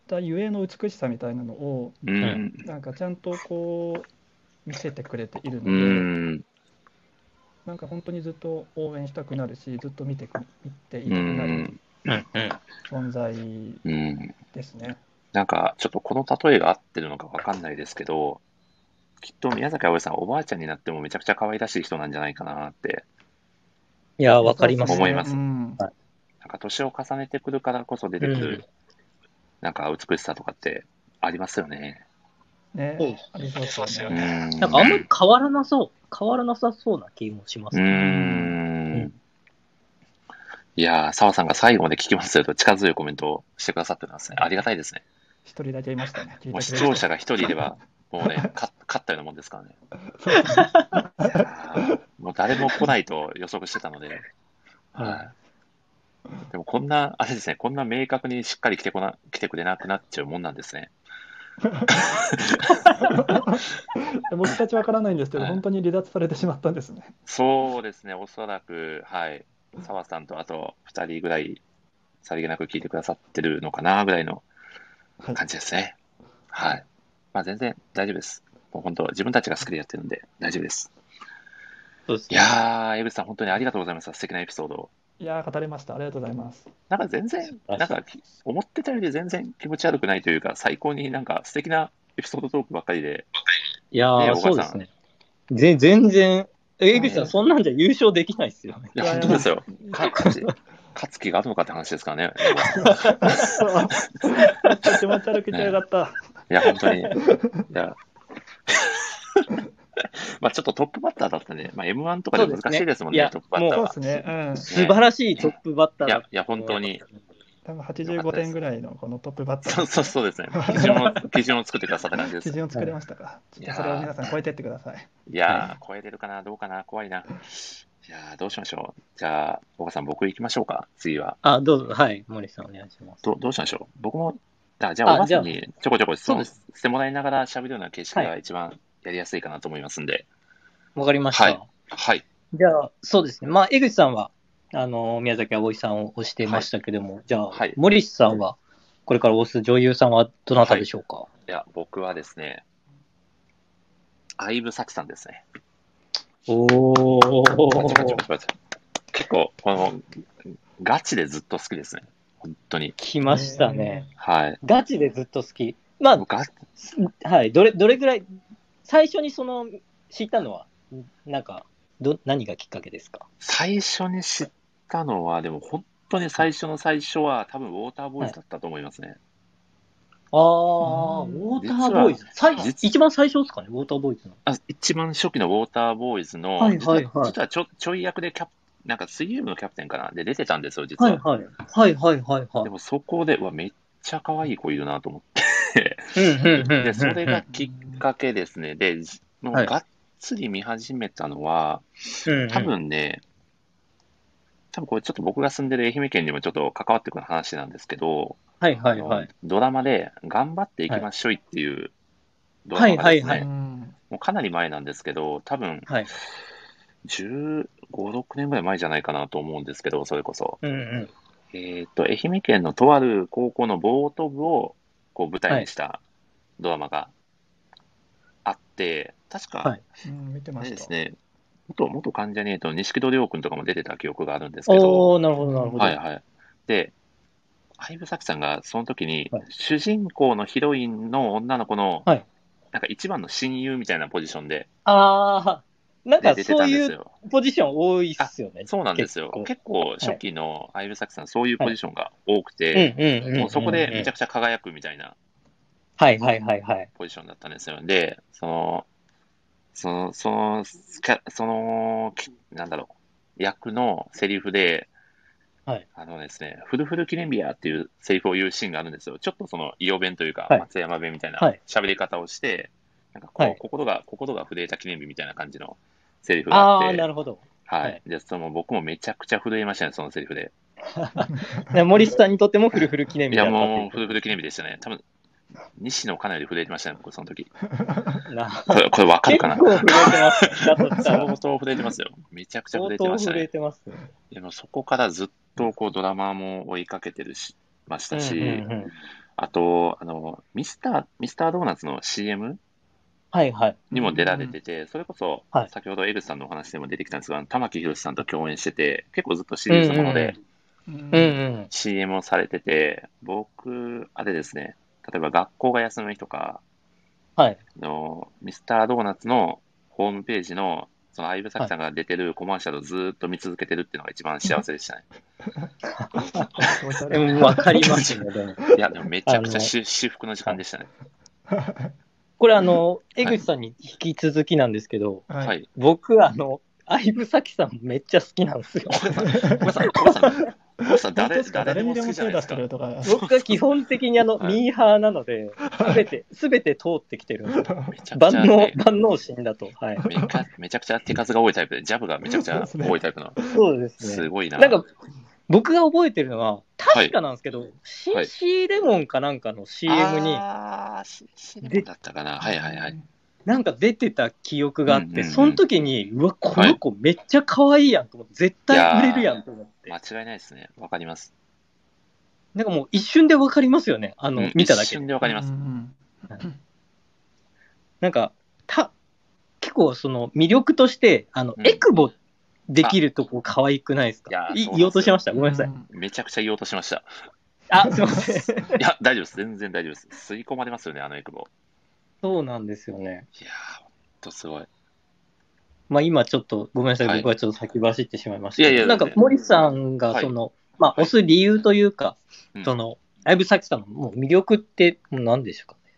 たゆえの美しさみたいなのを、
うん。
なんかちゃんとこう、見せてくれてい
う
るので、
ん。
なんか本当にずっと応援したくなるし、ずっと見てく見て
う
いたくなる
ん。
うんうん。
存在
うん。
ですね。
なんか、ちょっとこの例えが合ってるのかわかんないですけど、きっと宮崎あおいさん、おばあちゃんになってもめちゃくちゃ可愛らしい人なんじゃないかなって、
いや、わかります。
思います
う
なん
ん
か年を重ねてくるからこそ出てく
うん
る、なんか美しさとかってありますよね。
ね
そう、
ありそうですよ
う
ね。
ん。
なんかあんまり変わらなそう、変わらなさそうな気もします
うー
ね。
んいやー、澤さんが最後まで聞きますよと力強いコメントをしてくださってますね。ありがたいですね。
一人だけいましたね。聞いてく
もう
れ
視
る人
聴者が一人いれば、もうね、か勝ったようなもんですからね。
そうですね
いやーもう誰も来ないと予測してたので。はい。でもこんな、あれですね、こんな明確にしっかり来てこな、来てくれなくなっちゃうもんなんですね。
僕たちわからないんですけど、
はい
本当に離脱されてしまったんですね。
そうですね、おそらく、はい。澤さんとあと2人ぐらい、さりげなく聞いてくださってるのかなぐらいの
はい、
感じですね。はい。まあ全然大丈夫です。もう本当、自分たちが好きでやってるんで大丈夫です。
そうです
い
ね。
やー、江口さん、本当にありがとうございます。素敵なエピソードを。
いやー、語れました。ありがとうございます。
なんか全然、なんかき思ってたより全然気持ち悪くないというか、最高になんか素敵なエピソードトークばっかりで、
いやー
ねえ
そう
お
で
母さ
す
ん
ね。ぜ全然、え江口さ
うん
ん、そんなんじゃ優勝できないですよね。
いや、
いや
本当ですよ。か勝ち勝つ気があるのかって話ですからね。
めっちゃ気持ち悪くてよかった。
いや、本当に。いや。 まあちょっとトップバッターだったね。まあ M1 とかで難しいですもんね、
そ
ト
うですね
ップバッター
そう
は
です。ね。うん。
素晴らしいトップバッター
い
だ
や、いや、本当に。
多分85点ぐらいのこのトップバッター
そう
の
そうそうですね。基準を、基準を作ってくださった感じです
基。準を作りましたから、ちょっとそれを皆さん超えてってください。
いやー、超えれるかな、どうかな、怖いな。いやー、どうしましょう。じゃあ、岡さん、僕行きましょうか、次は。
あ、どうぞ、はい、森さんお願いします。
どどうしましょう。僕も、あじゃあ、
あ
おばさん
じ
にちょこちょこ質
そう
問
で
してもらいながら喋るような形式
は
が一番やりやすいかなと思いますんで。
わかりました。
はいはい。
じゃあ、そうですね。まあ、江口さんは、あの、宮崎葵さんを推してましたけども、じゃあ、
はい
森さんは、これから推す女優さんはどなたでしょうか、
いや、僕はですね、相武咲さんですね。
お
パチパチ
ー
パチパチ結構、この、ガチでずっと好きですね。本当に。
来ましたね。
はい。
ガチでずっと好き。ま
もう
あ、
ガ
すはい、どれ、どれぐらい、最初にその、知ったのは、なんか、ど、何がきっかけですか
最初に知ったのは、でも本当に最初の最初は、多分ウォーターボーイズだったと思いますね。
ああ、
う
ウ
ん
ォーターボーイズ。最
実
一番最初ですかね、ウォーターボーイズの。
あ一番初期のウォーターボーイズの、
はいはいはい
実はちょちょい役でキャプ、なんか水泳部のキャプテンかな、で出てたんですよ、実は。
はいはい。はいはいはいは
で
い。
もそこで、うわ、めっちゃ可愛い子いるなと思って、
で
でそれがきっかけですね。で、じもう
はい
がっつり見始めたのは、多
多、
分ね、多分これちょっと僕が住んでる愛媛県にもちょっと関わってくる話なんですけど、
はいは
あ
い
の
はい。
ドラマで「頑張っていきましょい」っていうド
は
ラ
い
マがですね、
はいは
うん
もうかなり前なんですけど多分
はい。
15、6年ぐらい前じゃないかなと思うんですけどそれこそ、
うんうん。
えっと愛媛県のとある高校のボート部をこう舞台にしたドラマがあって、確か、
はい
うん、見て
あ
ま
れ
し
で
た
す。ね元元関ジャニエイトの錦戸亮君とかも出てた記憶があるんですけど
おー、なるほどなるほど。
はいはい。で、相武咲さんがその時に
はい、
主人公のヒロインの女の子の、
はい
なんか一番の親友みたいなポジションで
あー、なん
で
か
出て
そ
た
うん
で
い
す
う
よ。
ポジション多いっすよね。
そうなんですよ。
結
結構初期の相武咲さん、そういうポジションが多く
構
て、
うんうんうんうんうん
もうそこでめちゃくちゃ輝くみたいな
はいはいはいはい。
ポジションだったんですよ。で、その、その、その、キャその、きなんだろう、役のセリフで、
はい
あのですね、フルフル記念日やっていうセリフを言うシーンがあるんですよ。ちょっとその、伊予弁というか、
はい
松山弁みたいな
はい
喋り方をして、なんかこう、
はい
心が、心が震えた記念日みたいな感じのセリフが
あ
あっ
ー、
て、
なるほど。
は
はいい。
で、その僕もめちゃくちゃ震えましたね、そのセリフで。
ね森下にとってもフルフル記念
い
日だ
や、
ったって
もう、フ
い
ルフル記念日でしたね。多分西野かなり震えてましたね、僕、その時。
う。な
これ、これわかる
結
かな
構震えてます。だとしたら
相当震えてますよ。めちゃくちゃ震
相
えて
当
ました
震え
ね。
てます。
でもそこからずっとこうドラマも追いかけてるし、ましたし、
うんうんうん
あと、あの、ミスター、ミスタードーナツの CM
はいはい。
にも出られてて、それこそ
は、い
先ほどエルさんのお話でも出てきたんですが、玉木宏さんと共演してて、結構ずっとシリーズもので、
うん
うんうん。
CM をされてて、僕、あれですね、例えば学校が休む日とか、
はい。
あのミスタードーナツのホームページの、その相武咲さんが出てるコマーシャルをずーっと見続けてるっていうのが一番幸せでしたね。
気持ち悪
で
い
も、わかりますね。でも
いや、でもめちゃくちゃし至福の時間でしたね。
これ、あの、江口さんに引き続きなんですけど、
は。
はいい。
僕、あの、相武咲さんめっちゃ好きなんですよ。
小林さん、小林さん、小林さん
誰
誰、
誰
誰
に
に
で
で
も
も好
手
きじゃない
出
で
し
す
て
か
く。るとか、
僕は基本的にあの、
はい
ミーハーなので、すべて、すべて通ってきてるんで、
めちゃくちゃ
万能
ね、
万能心だと。はい。
めかめちゃくちゃ手数が多いタイプで、ジャブがめちゃくちゃ多いタイプの、
そうです
す
ね。
ごいな。
なんか、僕が覚えてるのは、確かなんですけど、
はい
CC レモンかなんかの CM に、
あー、し CM だったかな。はいはいはい。
なんか出てた記憶があっ
うんうんう
て、
ん
その時に、うわ、この子めっちゃ可愛いやんと思って、絶対売れるやんと思って
間。違いないですね。わかります。
なんかもう一瞬でわかりますよね。あ
う
の
ん、
見ただ
一
けで
瞬。でわかります
う。ん
なんか、た、結構その魅力として、あの
う、ん
エクボできるとこ可愛くないです
いや
か
ー
い
そうなんですよ
言おうとしました。ごめんなさい。
う
めちゃくちゃ言おうとしました。
あ、すいませ ん。
いや、大丈夫です。全然大丈夫です。吸い込まれますよね、あのエクボ。
そうなんですよね。
いやー、ほんとすごい。
まあ今ちょっと、ごめんなさい。
はい
僕はちょっと先走ってしまいましたけど。
いやいや
なんか森さんが、
はい
その、まあ押す理由というか、
うん
その、相武咲さんのもう魅力ってもう何でしょうかね。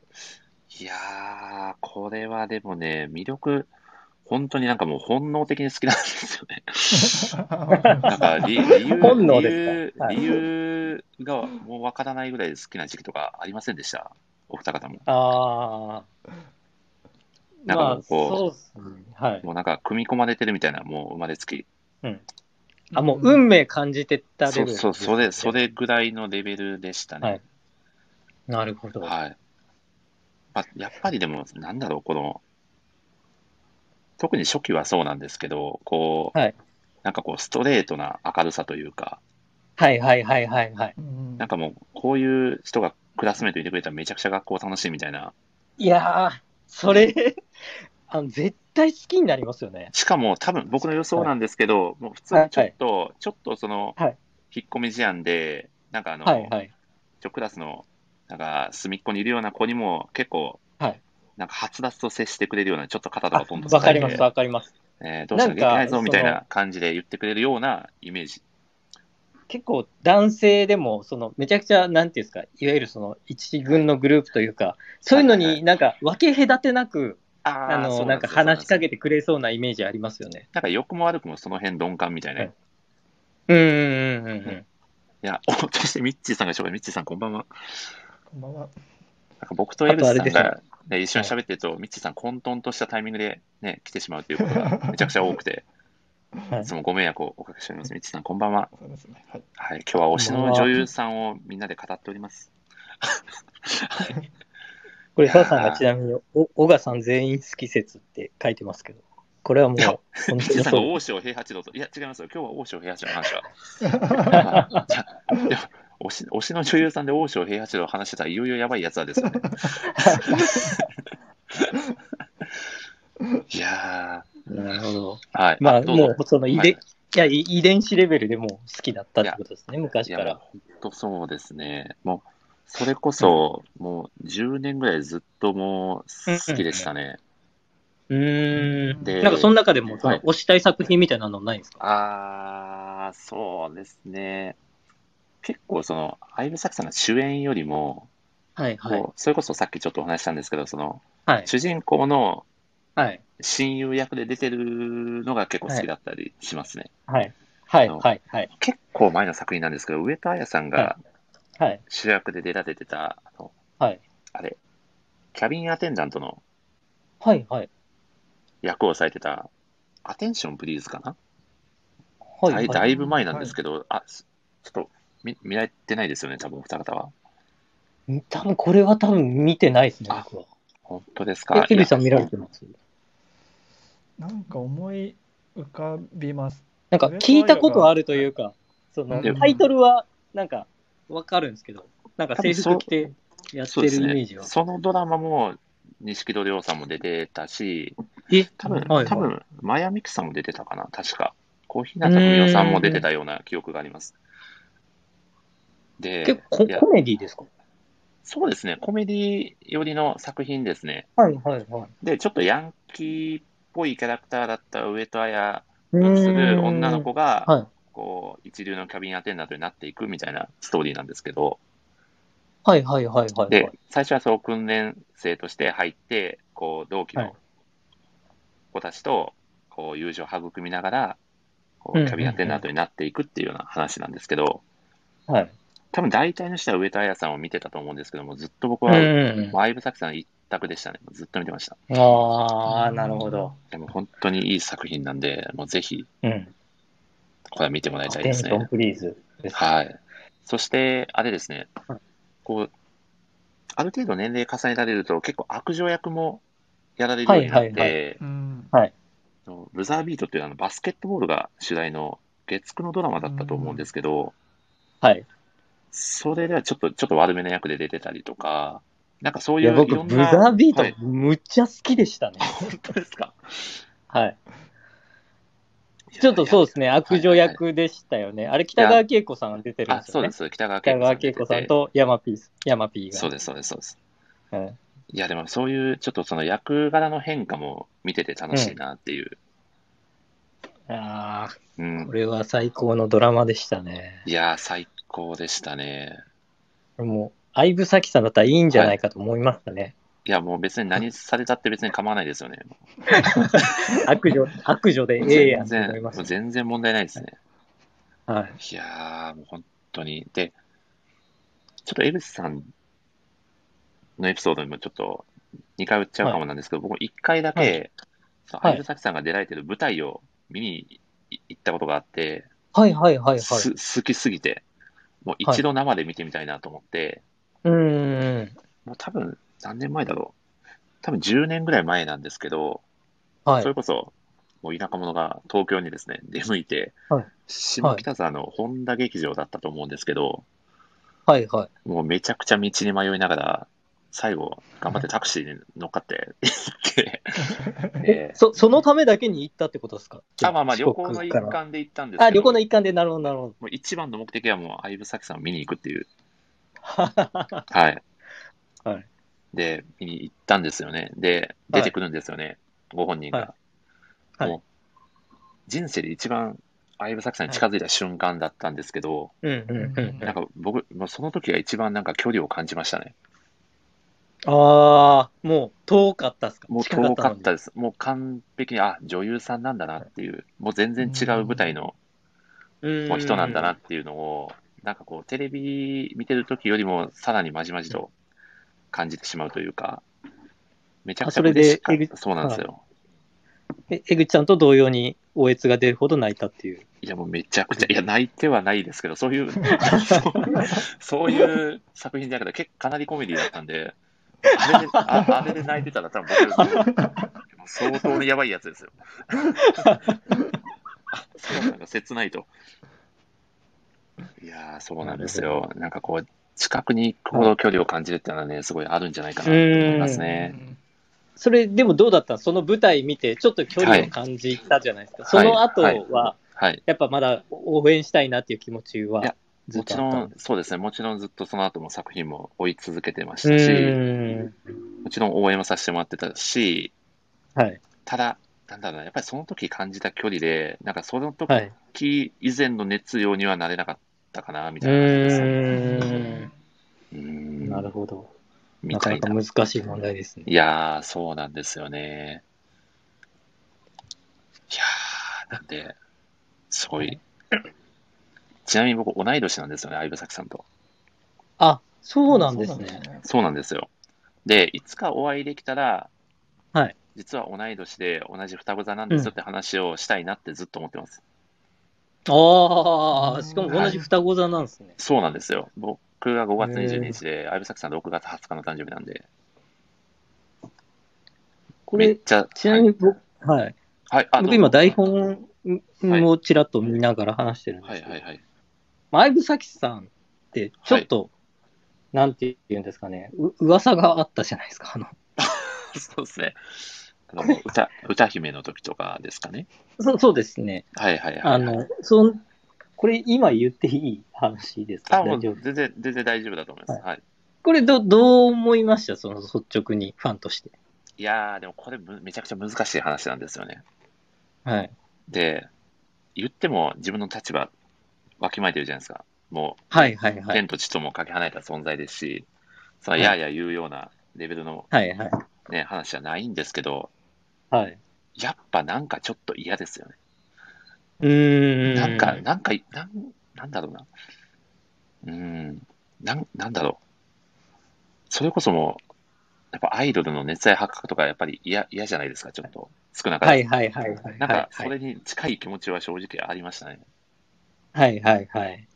いやー、これはでもね、魅力、本当になんかもう本能的に好きなんですよね。なん か理理由
本能ですかはい
理由理由がもうわからないぐらい好きな時期とかありませんでしたお二方も。
ああ。
なんかもうこう
そうっすね。はい。
もうなんか組み込まれてるみたいな、もう生まれつき。
あ、もう運命感じてったレベ
そ
ル
う
です
そ
ね、
う、それ、それぐらいのレベルでしたね。
なるほど。
はい。まあ、やっぱりでも、なんだろう、この、特に初期はそうなんですけど、こう、
はい
なんかこう、ストレートな明るさというか、
はいはいはいはいはい。
ん
なんかもう、こういう人がクラスメートいてくれたらめちゃくちゃ学校楽しいみたいな、
いやー、それ あの、絶対好きになりますよね。
しかも多分僕の予想なんですけど、もう普通にちょっと、ちょっとその、
はい
引っ込み思案で、なんかあの、
はいはい。
一応クラスの、なんか隅っこにいるような子にも結構、
はい
なんかはつらつと接してくれるような、ちょっと肩とかポンと
わ
叩
か
い
り
て
ますわかります。
えーどうしなきゃいけないぞみたいな感じで言ってくれるようなイメージ。
結構男性でも、その、めちゃくちゃ、なんていうんですか、いわゆるその、一軍のグループというか、そういうの
はいはい
になんか分け隔てなく、
あ
あの、なんか話しかけてくれそうなイメージありますよね。
なんか欲も悪くもその辺鈍感みたいな。
はい
い、
うんうんうんうんうん。
や、 おそしてミッチーさんが紹介、ミッチーさんこんばんは。
こんばんは。
なんか僕とエルスさん
あとあれ
が、ね、一緒に喋ってると、ミッチーさん混沌としたタイミングでね、来てしまうということ がめちゃくちゃ多くて、
はい
いつもご迷惑をおかけしております。ミッチーさんこんばんは。
そうですね。はい。
はい、今日は推しの女優さんをみんなで語っております。
これ、澤さんがちなみに、お、小賀さん全員好き説って書いてますけど、これはも う
いや、
本
ミッチ
当
ー
に
さんが
そう。
大塩平八郎と、いや違いますよ、今日は大塩平八郎の話は。 はいじゃあでも推し 推しの女優さんで王将平八郎を話してたらいよいよやばいやつは ですよね。いや
なるほど。
ー、はい。
まあ、
どうぞ
もう、その遺
はい
伝、いや、い遺伝子レベルでもう好きだったってことですね、昔
い
か
や、もう
ら。
本当そうですね。もう、それこそ、もう10年ぐらいずっともう好きでしたね。
うーん。
で
なんか、その中でも、そ
はい
の推したい作品みたいなのないんですか
あー、そうですね。結構、その、相武咲さんが主演よりも、
はい、はい
も。うそれこそさっきちょっとお話ししたんですけど、その、
はい。
主人公の
はい。
親友役で出てるのが結構好きだったりしますね。
はい。はい。
あの
はい。はい。
結構前の作品なんですけど、上戸彩さんが
はい。
主役で出られてた、あの
はい。
あれ、キャビンアテンダントの
はい。はい。
役をされてた、アテンションプリーズかな、
はい。
だい
は
だ
い。
いぶ前なんですけど、あ、すちょっと見見られてないですよね、多分お二方は。
多分、これは多分見てないですね、
あ
僕は。
本当ですか
え、エビさん
いや
見られてます
なんか思い浮かびます。
なんか、聞いたことあるというか、その、
で
タイトルは、なんか、わかるんですけど、なんか
多分
制
そう
服着てやって
そう
る
で
イ
す
メ
ね
ージは。
そのドラマも、錦戸亮さんも出てたし、
え、
多分、
はい
多分、マヤミクさんも出てたかな、確か。小日向文世さんも出てたような記憶があります。で
結、構
いや
コメディですか
そうですね、コメディ寄りの作品ですね。
はいはいはい。
で、ちょっとヤンキーっぽいキャラクターだった上戸彩
う
扮
ん
する女の子が、
はい。
こう、一流のキャビンアテンダントになっていくみたいなストーリーなんですけど、
はいはいはいはい、は
で
い。、
最初はそう訓練生として入って、こう、同期
はい
の子たちと、こう、友情を育みながら、こ
うんう
う
んうん
キャビンアテンダントになっていくっていうような話なんですけど、
はい。
多分大体の人は上戸彩さんを見てたと思うんですけども、ずっと僕
うん
は、
うん
もう相武咲さん一択でしたね。ずっと見てました。
うん。ああ、なるほど。
でも本当にいい作品なんで、もうぜひ、
うん。
これは見てもらい
ア
たい
テ
で
ン
す
シ
ね。
ョンプリーズです。
はい。そして、あれですね
はい、
こう、ある程度年齢重ねられると、結構悪女役もやられるようになっ
はい
て
う、ん。
あのブザービートっていうあのバスケットボールが主題の月9のドラマだったと思うんですけど、
はい。
それではちょっと、ちょっと悪めの役で出てたりとか、なんかそう
い
い
や、
うい
僕、
ろん
ブ
な、
ザービ
はい
ート、むっちゃ好きでしたね。
本当ですか。
はい。ちょっとそう
う
ですね、悪女役でしたよね。あれ、北川景子さんが出てるん
あ、
です
そ
よ
う
ね
で。す。北川
北
景子さ
川
ん出
景
てて
子さんと山ピース、山ピーが。
そうです、そうです、そうです。
うん
いや、でもそういう、ちょっとその役柄の変化も見てて楽しいなっていう。
あ
うん。
あ、これは最高のドラマでしたね。
いやー、最高でしたね。
もう、相武咲さんだったらいいんじゃないかと思いましたね。
いや、もう別に何されたって別に構わないですよね。
悪女、悪女でええや
全
んと思
然
いま、し
全然問題ないですね。
た。はい。
いやー、もう本当に。で、ちょっと江口さんのエピソードにもちょっと2回売っちゃうかもなんですけど、僕1回だけ、その
はい
相武咲さんが出られてる舞台を見に行ったことがあって、
はいはいはいはい。
す好きすぎて、もう一度生で見てみたいなと思って、
うーん。
もう多分何年前だろう。多分10年ぐらい前なんですけど、
はい
それ。こそ、もう田舎者が東京にですね、 出向いて、
はい
下北沢の本田劇場だったと思うんですけど、
はいはい。
もうめちゃくちゃ道に迷いながら、最後、頑張ってタクシーに乗っか って行って、え
そそのためだけに行ったってことですか
ーあまあまあ旅行の
四国
一
から
環で行ったんですけど、
あ、旅行の一環で、なるほどなるほど。
もう一番の目的はもう相武咲さんを見に行くっていう、
は
はい。
はい
で、見に行ったんですよね。で、出てくるんですよね、ご本人が。
はいはい
もう人生で一番相武咲さんに近づいた瞬間だったんですけど、
うんうんうん。
なんか僕、まあ、その時が一番なんか距離を感じましたね。
ああ、もう遠かったっすか
もう
近か
遠
った
か
の
っ
に
たです。もう完璧に、あ、女優さんなんだなっていう、もう全然違う舞台の
うん
もう人なんだなっていうのを、なんかこう、テレビ見てる時よりもさらにまじまじと感じてしまうというか、めちゃくちゃ
あそれで
嬉しかっ
えぐ
た。そうなんですよ。
え江口さんと同様に、おえつが出るほど泣いたっていう。
いや、もうめちゃくちゃ、いや、泣いてはないですけど、そう いう、そうそういう作品じゃなくて、結構かなりコメディだったんで、あれで、ああれで泣いてたら多分僕、もう相当にやばいやつですよ。あそうなんか切ないと。いやー、そうなんですよ。なんかこう、近くに行くほど距離を感じるっていうのはね、すごいあるんじゃないかなと思いますね。
それ、でもどうだったのその舞台見て、ちょっと距離を感じたじゃないですか。
はい
その後は、
はいはい。
やっぱまだ応援したいなっていう気持ちはい
や、
ずっ
もち
とあ
ろ
った
ん、そうですね。もちろんずっとその後も作品も追い続けてまし
う
たし、
ん。
もちろん応援もさせてもらってたし、
はい。
ただ、なんだろうな、やっぱりその時感じた距離で、なんかその
はい。
時以前の熱量にはなれなかったかな、み
う
たいな感じですね。
ん。
うーん
なるほど。
み
なか
た
ないか
な。
難しい問題ですね。
いやー、そうなんですよね。いやー、なんで、すごい。ちなみに僕、同い年なんですよね、相武咲さんと。
あ、そうなんですね。
そうなんですよ。で、いつかお会いできたら、
はい
実は同い年で同じ双子座なんですよって話をしたいなってずっと思ってます。
ああ、しかも同じ双子座なんですね。
そうなんですよ。僕が5月
へ
22
ー
日で、相武咲さん6月20日の誕生日なんで、
こ
めっ
れ、
ちゃ、
ちなみに僕、はい。
はい、あ
僕今台
は
本をちらっと見ながら話してるんです
い
けど、
はいはい。
まあ相武咲さんってちょっと、なんて言うんですかね、う噂があったじゃないですか。あの
そうですね。あの歌歌姫の時とかですかね。
そうそうですね。
はいはいはい。
あの、そのこれ今言っていい話ですか
あ、
大
もう
丈夫
全然、全然大丈夫だと思います。はい。
これど、どう思いましたその率直に、ファンとして。
いやー、でもこれむめちゃくちゃ難しい話なんですよね。
はい。
で、言っても自分の立場、わきまえてるじゃないですか。も、
はいはいうはい。
天と地ともかけ離れた存在ですし、その
はい
やーやー言うようなレベルの、
はいはい。
ね、話じゃないんですけど、
はい。
やっぱなんかちょっと嫌ですよね。
うーん。
なんか、なんか、なんなんだろうな。うーん、なんなんだろう。それこそもう、やっぱアイドルの熱愛発覚とか、やっぱり嫌嫌じゃないですか、ちょっと。少なからず。
はいはいはいはい。
なんか、そ
は
れ
い
に近い気持ちは正直ありましたね。
はいはいはい。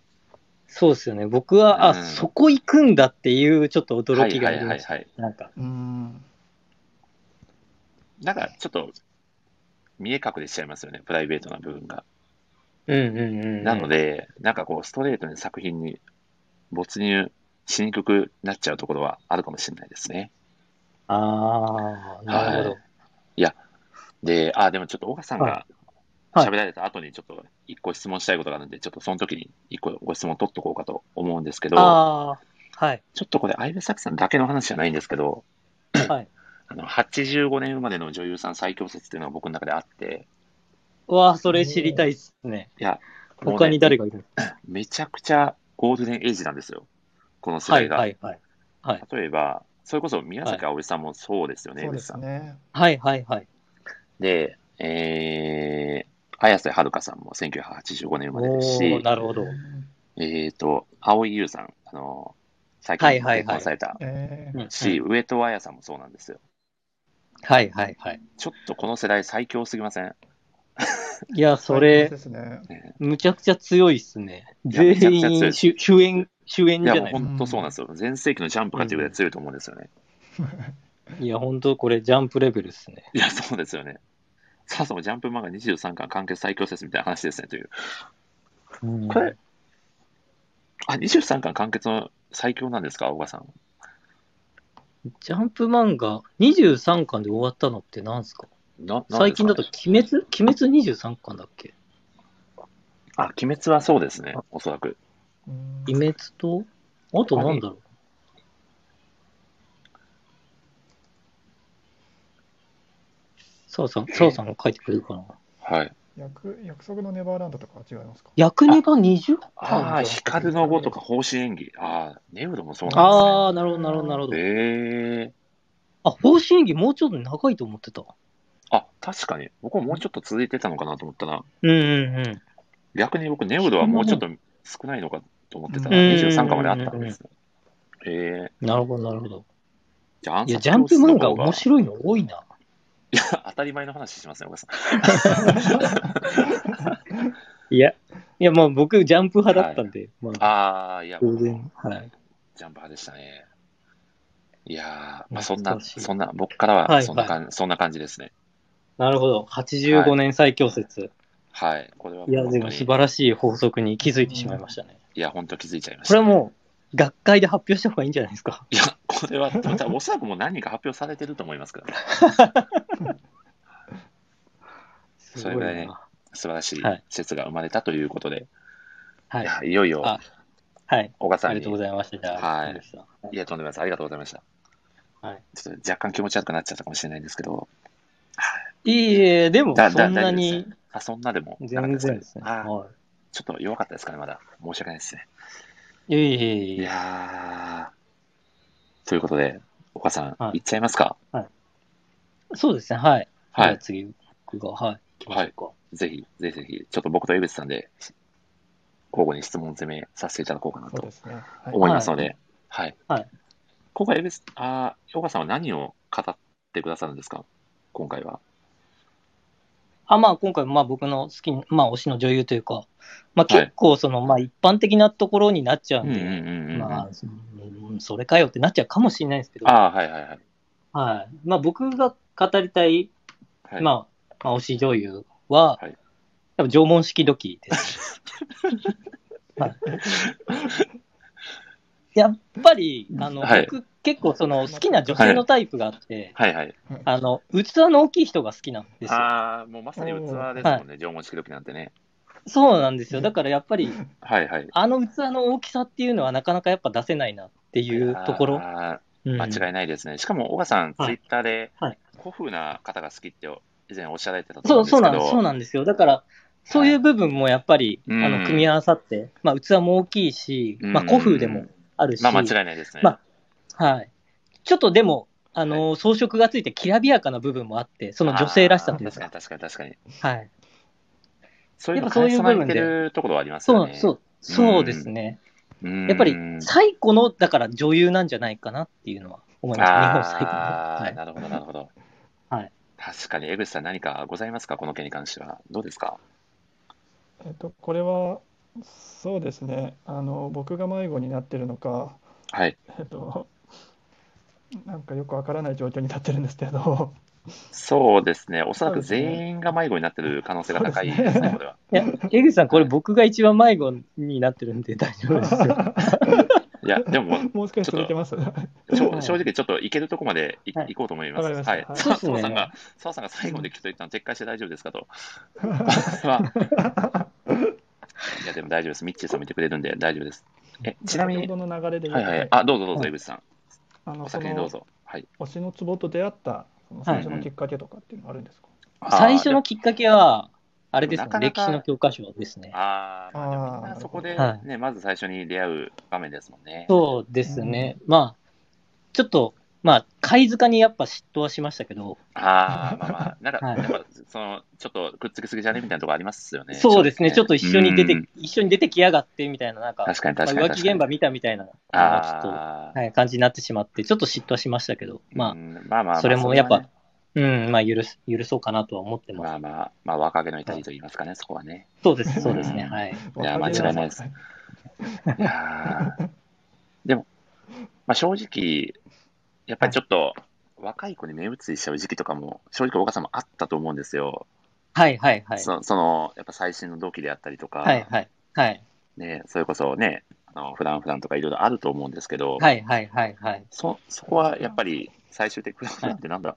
そうですよね。僕は、あ、
うん
そこ行くんだっていうちょっと
は
驚
い
きが
は
あ
い
り
は
ま
い
した。
はい。
なんか、
うーん。
なんか、ちょっと、見え隠れしちゃいますよね、プライベートな部分が。
うんうんうん。
なの、で、なんかこう、ストレートに作品に没入しにくくなっちゃうところはあるかもしれないですね。
ああ、なるほど。
で、あ、でもちょっと岡さんが
はいはい
喋られた後にちょっと一個質問したいことがあるんで、ちょっとその時に一個ご質問取っとこうかと思うんですけど、
ああ、はい。
ちょっとこれ、相部作さんだけの話じゃないんですけど、
はい。
あの85年生まれの女優さん最強説っていうのが僕の中であって、
うわあ、それ知りたいっすね。
もうね
他に誰がいるんです
めちゃくちゃゴールデンエイジなんですよ、この世
かは
代
い
が。
はいはい。はい
例えば、それこそ宮崎あおいさんもそうですよね、
そう
江
で
口さ
す
ん。
ね。
はいはいはい。
で、えー、綾瀬はるかさんも1985年生まれです
お
し
ー、なるほど
う。ん
えーと、蒼井優さん、あの、最近
はいはいはい
結婚された
え
うん
し、上戸彩さんもそうなんですよ。
はいはいはい。
ちょっとこの世代最強すぎません
いや、そ
れ
れ
で、すね。
むちゃくちゃ強いっすね。
やめちゃくちゃ強い
全員主主演、主演
い
じ
や、
ゃ
もう
ないですか
本当そうなんですよ。全盛期のジャンプかっていうぐらい強いと思うんですよね。
いや、本当これジャンプレベルっすね。
いや、そうですよね。そもそもジャンプ漫画23巻完結最強説みたいな話ですね、という。これ、あ、23巻完結の最強なんですか、大川さん。
ジャンプ漫画、23巻で終わったのって何すか
ななん
最
ですか
近
ね
だと、鬼滅、鬼滅23巻だっけ
あ、鬼滅はそうですね、おそらく。
うん
鬼滅と、あとなんだろう澤さん、澤さんが書いてくれるかな。
はい。
約約束のネバーランドとかは違いますか
役にが20巻
ああ、
じゃん
光の碁とか方針演技。ああ、ネウロもそうなんですね。
あー、なるほど、なるほど、なるほど。
ええ
あ、方針演技もうちょっと長いと思ってた。
あ、確かに。僕ももうちょっと続いてたのかなと思ったら、
うんうんうん。
逆に僕、ネウドはもうちょっと少ないのかと思ってたら、
うん
23巻まであったんですね。ええ
なるほど、なるほど。
じゃあ、
いや、ジャンプ漫画面
い。
白いの多いな。
いや、当たり前の話しますね、お母さん。
いや、いや、まあ僕、ジャンプ派だったんで、まあ、
ああ、いや、
当然、はい。
ジャンパーでしたね。いやー、まあ、そんな、
懐かしい
そんな、僕から
はいは
はいそんな感じ、そんな感じですね。
なるほど、85年最強説。、
はい。これはい
や、
本
で
当
も
に
素晴らしい法則に気づいてしまいましたね。
いや、本当気づいちゃいまし
こ
た
れ
ね、
はもう、学会で発表した方がいいんじゃないですか。
いや、これは、またおそらくもう何人か発表されてると思いますけど、ね、
す
それ
ご
ぐ
い
らいね
な。
素晴らしい
はい
説が生まれたということで、
はいい。
や、いよいよ、
あ、はい。
小川さ
あ
ん
りが
に
とうございました。じゃあ、
はい
鈴木さん
いや、とんでもないです。ありがとうございました。
はい。
ちょっと若干気持ち悪くなっちゃったかもしれないんですけど、
いいえ、でも、
だだ
そんな
大丈夫
に
で、あ、そんなでもなかった
全然ですね。
あ
は
ちょっと弱かったですかね、まだ。申し訳ないですね。
い。いえいえい
い
え。
やー。ということで、岡さん、
はい
い、っちゃいますか。
そうですね、はい。
は
じゃあ
い。
次、僕が、はい。行きましょうか。
ぜひ、ぜひぜひ、ちょっと僕と江口さんで、交互に質問攻めさせていただこうかな
そう
と
ですね。はい
思いますので、はい。
はい
今回、江口、あー岡さんは何を語ってくださるんですか今回は。
あまあ、今回、まあ、僕の好きな、まあ、推しの女優というか、まあ、
はい
結構その、まあ、一般的なところになっちゃう
うんんうん
で、
うんうん。
まあ、そうんそれかよってなっちゃうかもしれないですけど、
ああー、はいはいはい。
はいまあ、僕が語りたい、
はい、
まあ、まあ、推し女優は、
はい
やっぱ縄文式土器です、 はいやっぱり、あの、
はい
僕、結構その、好きな女性のタイプがあって、
はいはい。
あの、器の大きい人が好きなんですよ。
ああ、もうまさに器ですもんね、縄文式時なんてね。
そうなんですよ。だからやっぱり、
はいはい。
あの器の大きさっていうのはなかなかやっぱ出せないなっていうところ。
あ
うん
ー間違いないですね。しかも、小川さん、ツイ
はい
ッターで
はい、
古風な方が好きって以前おっしゃられてたと思
そうう、
んですけ
そうなんです。そう
ど、
なんですよ。だから、そういう部分もやっぱり、
はい
あ
うん
の、組み合わさって、まあ、器も大きいし、まあ、
うん
古風でもあるし、
まあ間違いないですね。
まはい。ちょっとでも、あの、装飾がついてきらびやかな部分もあって、その女性らしさという
あー
か、
確かに確かに確かに。
はい。
そういうの
やっぱそう
兼
い
ね
う部
備え
分
て
で
るところはあります
そ
よ
う、
ね。
そう、そうですね。
うん
やっぱり、最古の、だから女優なんじゃないかなっていうのは思います。日本最古の。
あー
はい
なるほど、なるほど。
はい
確かに、江口さん、何かございますか、この件に関しては。どうですか
えっと、これは、そうですね、あの、僕が迷子になってるのか、
はい。
えっと、なんかよくわからない状況に立ってるんですけど、
そうですね、おそらく
そうですね
全員が迷子になってる可能性が高いです
そうです
ね、
ね
これは。
いや、江口さん、これ僕が一番迷子になってるんで大丈夫です よ。
いや、でも、
もう少し続けます。わか
ち
は
ょ
い
正直、ちょっと行けるとこまでい
はい
行こうと思います。
りました。
はい。
は
そうです
澤さん
ね
が。、澤さんが最後で来と言ったの撤回して大丈夫ですかと。まあいや、でも大丈夫です。ミッチーさんもいてくれるんで大丈夫です。え、
い
ちなみ
先
に、
ほどの流れで言
は
う
い
と、
はい。あ、どうぞどうぞ、
はい
江口さん。
あの
お先にどうぞ。はい。
その推しの壺と出会ったその最初のきっかけとかっていうのはあるんですか、
最初のきっかけは、あれですね、
なかなか
歴史の教科書ですね。
あーまあ、でもみん
あ
な
ー
そこで、
なるほ
ね、まず最初に出会う場面ですもんね。
そうですね。まあ、ちょっと、まあ、貝塚にやっぱ嫉妬はしましたけど、
ああ、まあまあ、なんか、
はい
やっぱその、ちょっとくっつきすぎじゃねみたいなとこありますよね。
そうですね、ちょっと一緒に出
う
て
ん、
一緒に出てきやがってみたいな、なんか、
確かに
まあ
確かに
浮
確
気
か
現
に。
場見たみたいな、あのちょっ
あ
と、はい、感じになってしまって、ちょっと嫉妬はしましたけど、
ーう
ま
んまあまあまあ、
それもやっぱ
それはね
あ、うん、まあ、許す、許そうかなとは思ってます。
まあまあ、まあ、若気の至りと言いますかね、そこはね。
そうです、そ うですね、
うん
はい。
いや間違いないです
はい
いやーでも、まあ、正直、やっぱりちょっと、若い子に目移りしちゃう時期とかも、正直、岡さんもあったと思うんですよ。
はい、はい、はい。
そその、やっぱ最新の同期であったりとか、
はい、はい、はい。
ね、それこそね、あのフランフランとかいろいろあると思うんですけど、
はい、はい、はい、はい。
そそこはやっぱり最終的にフランってなんだ、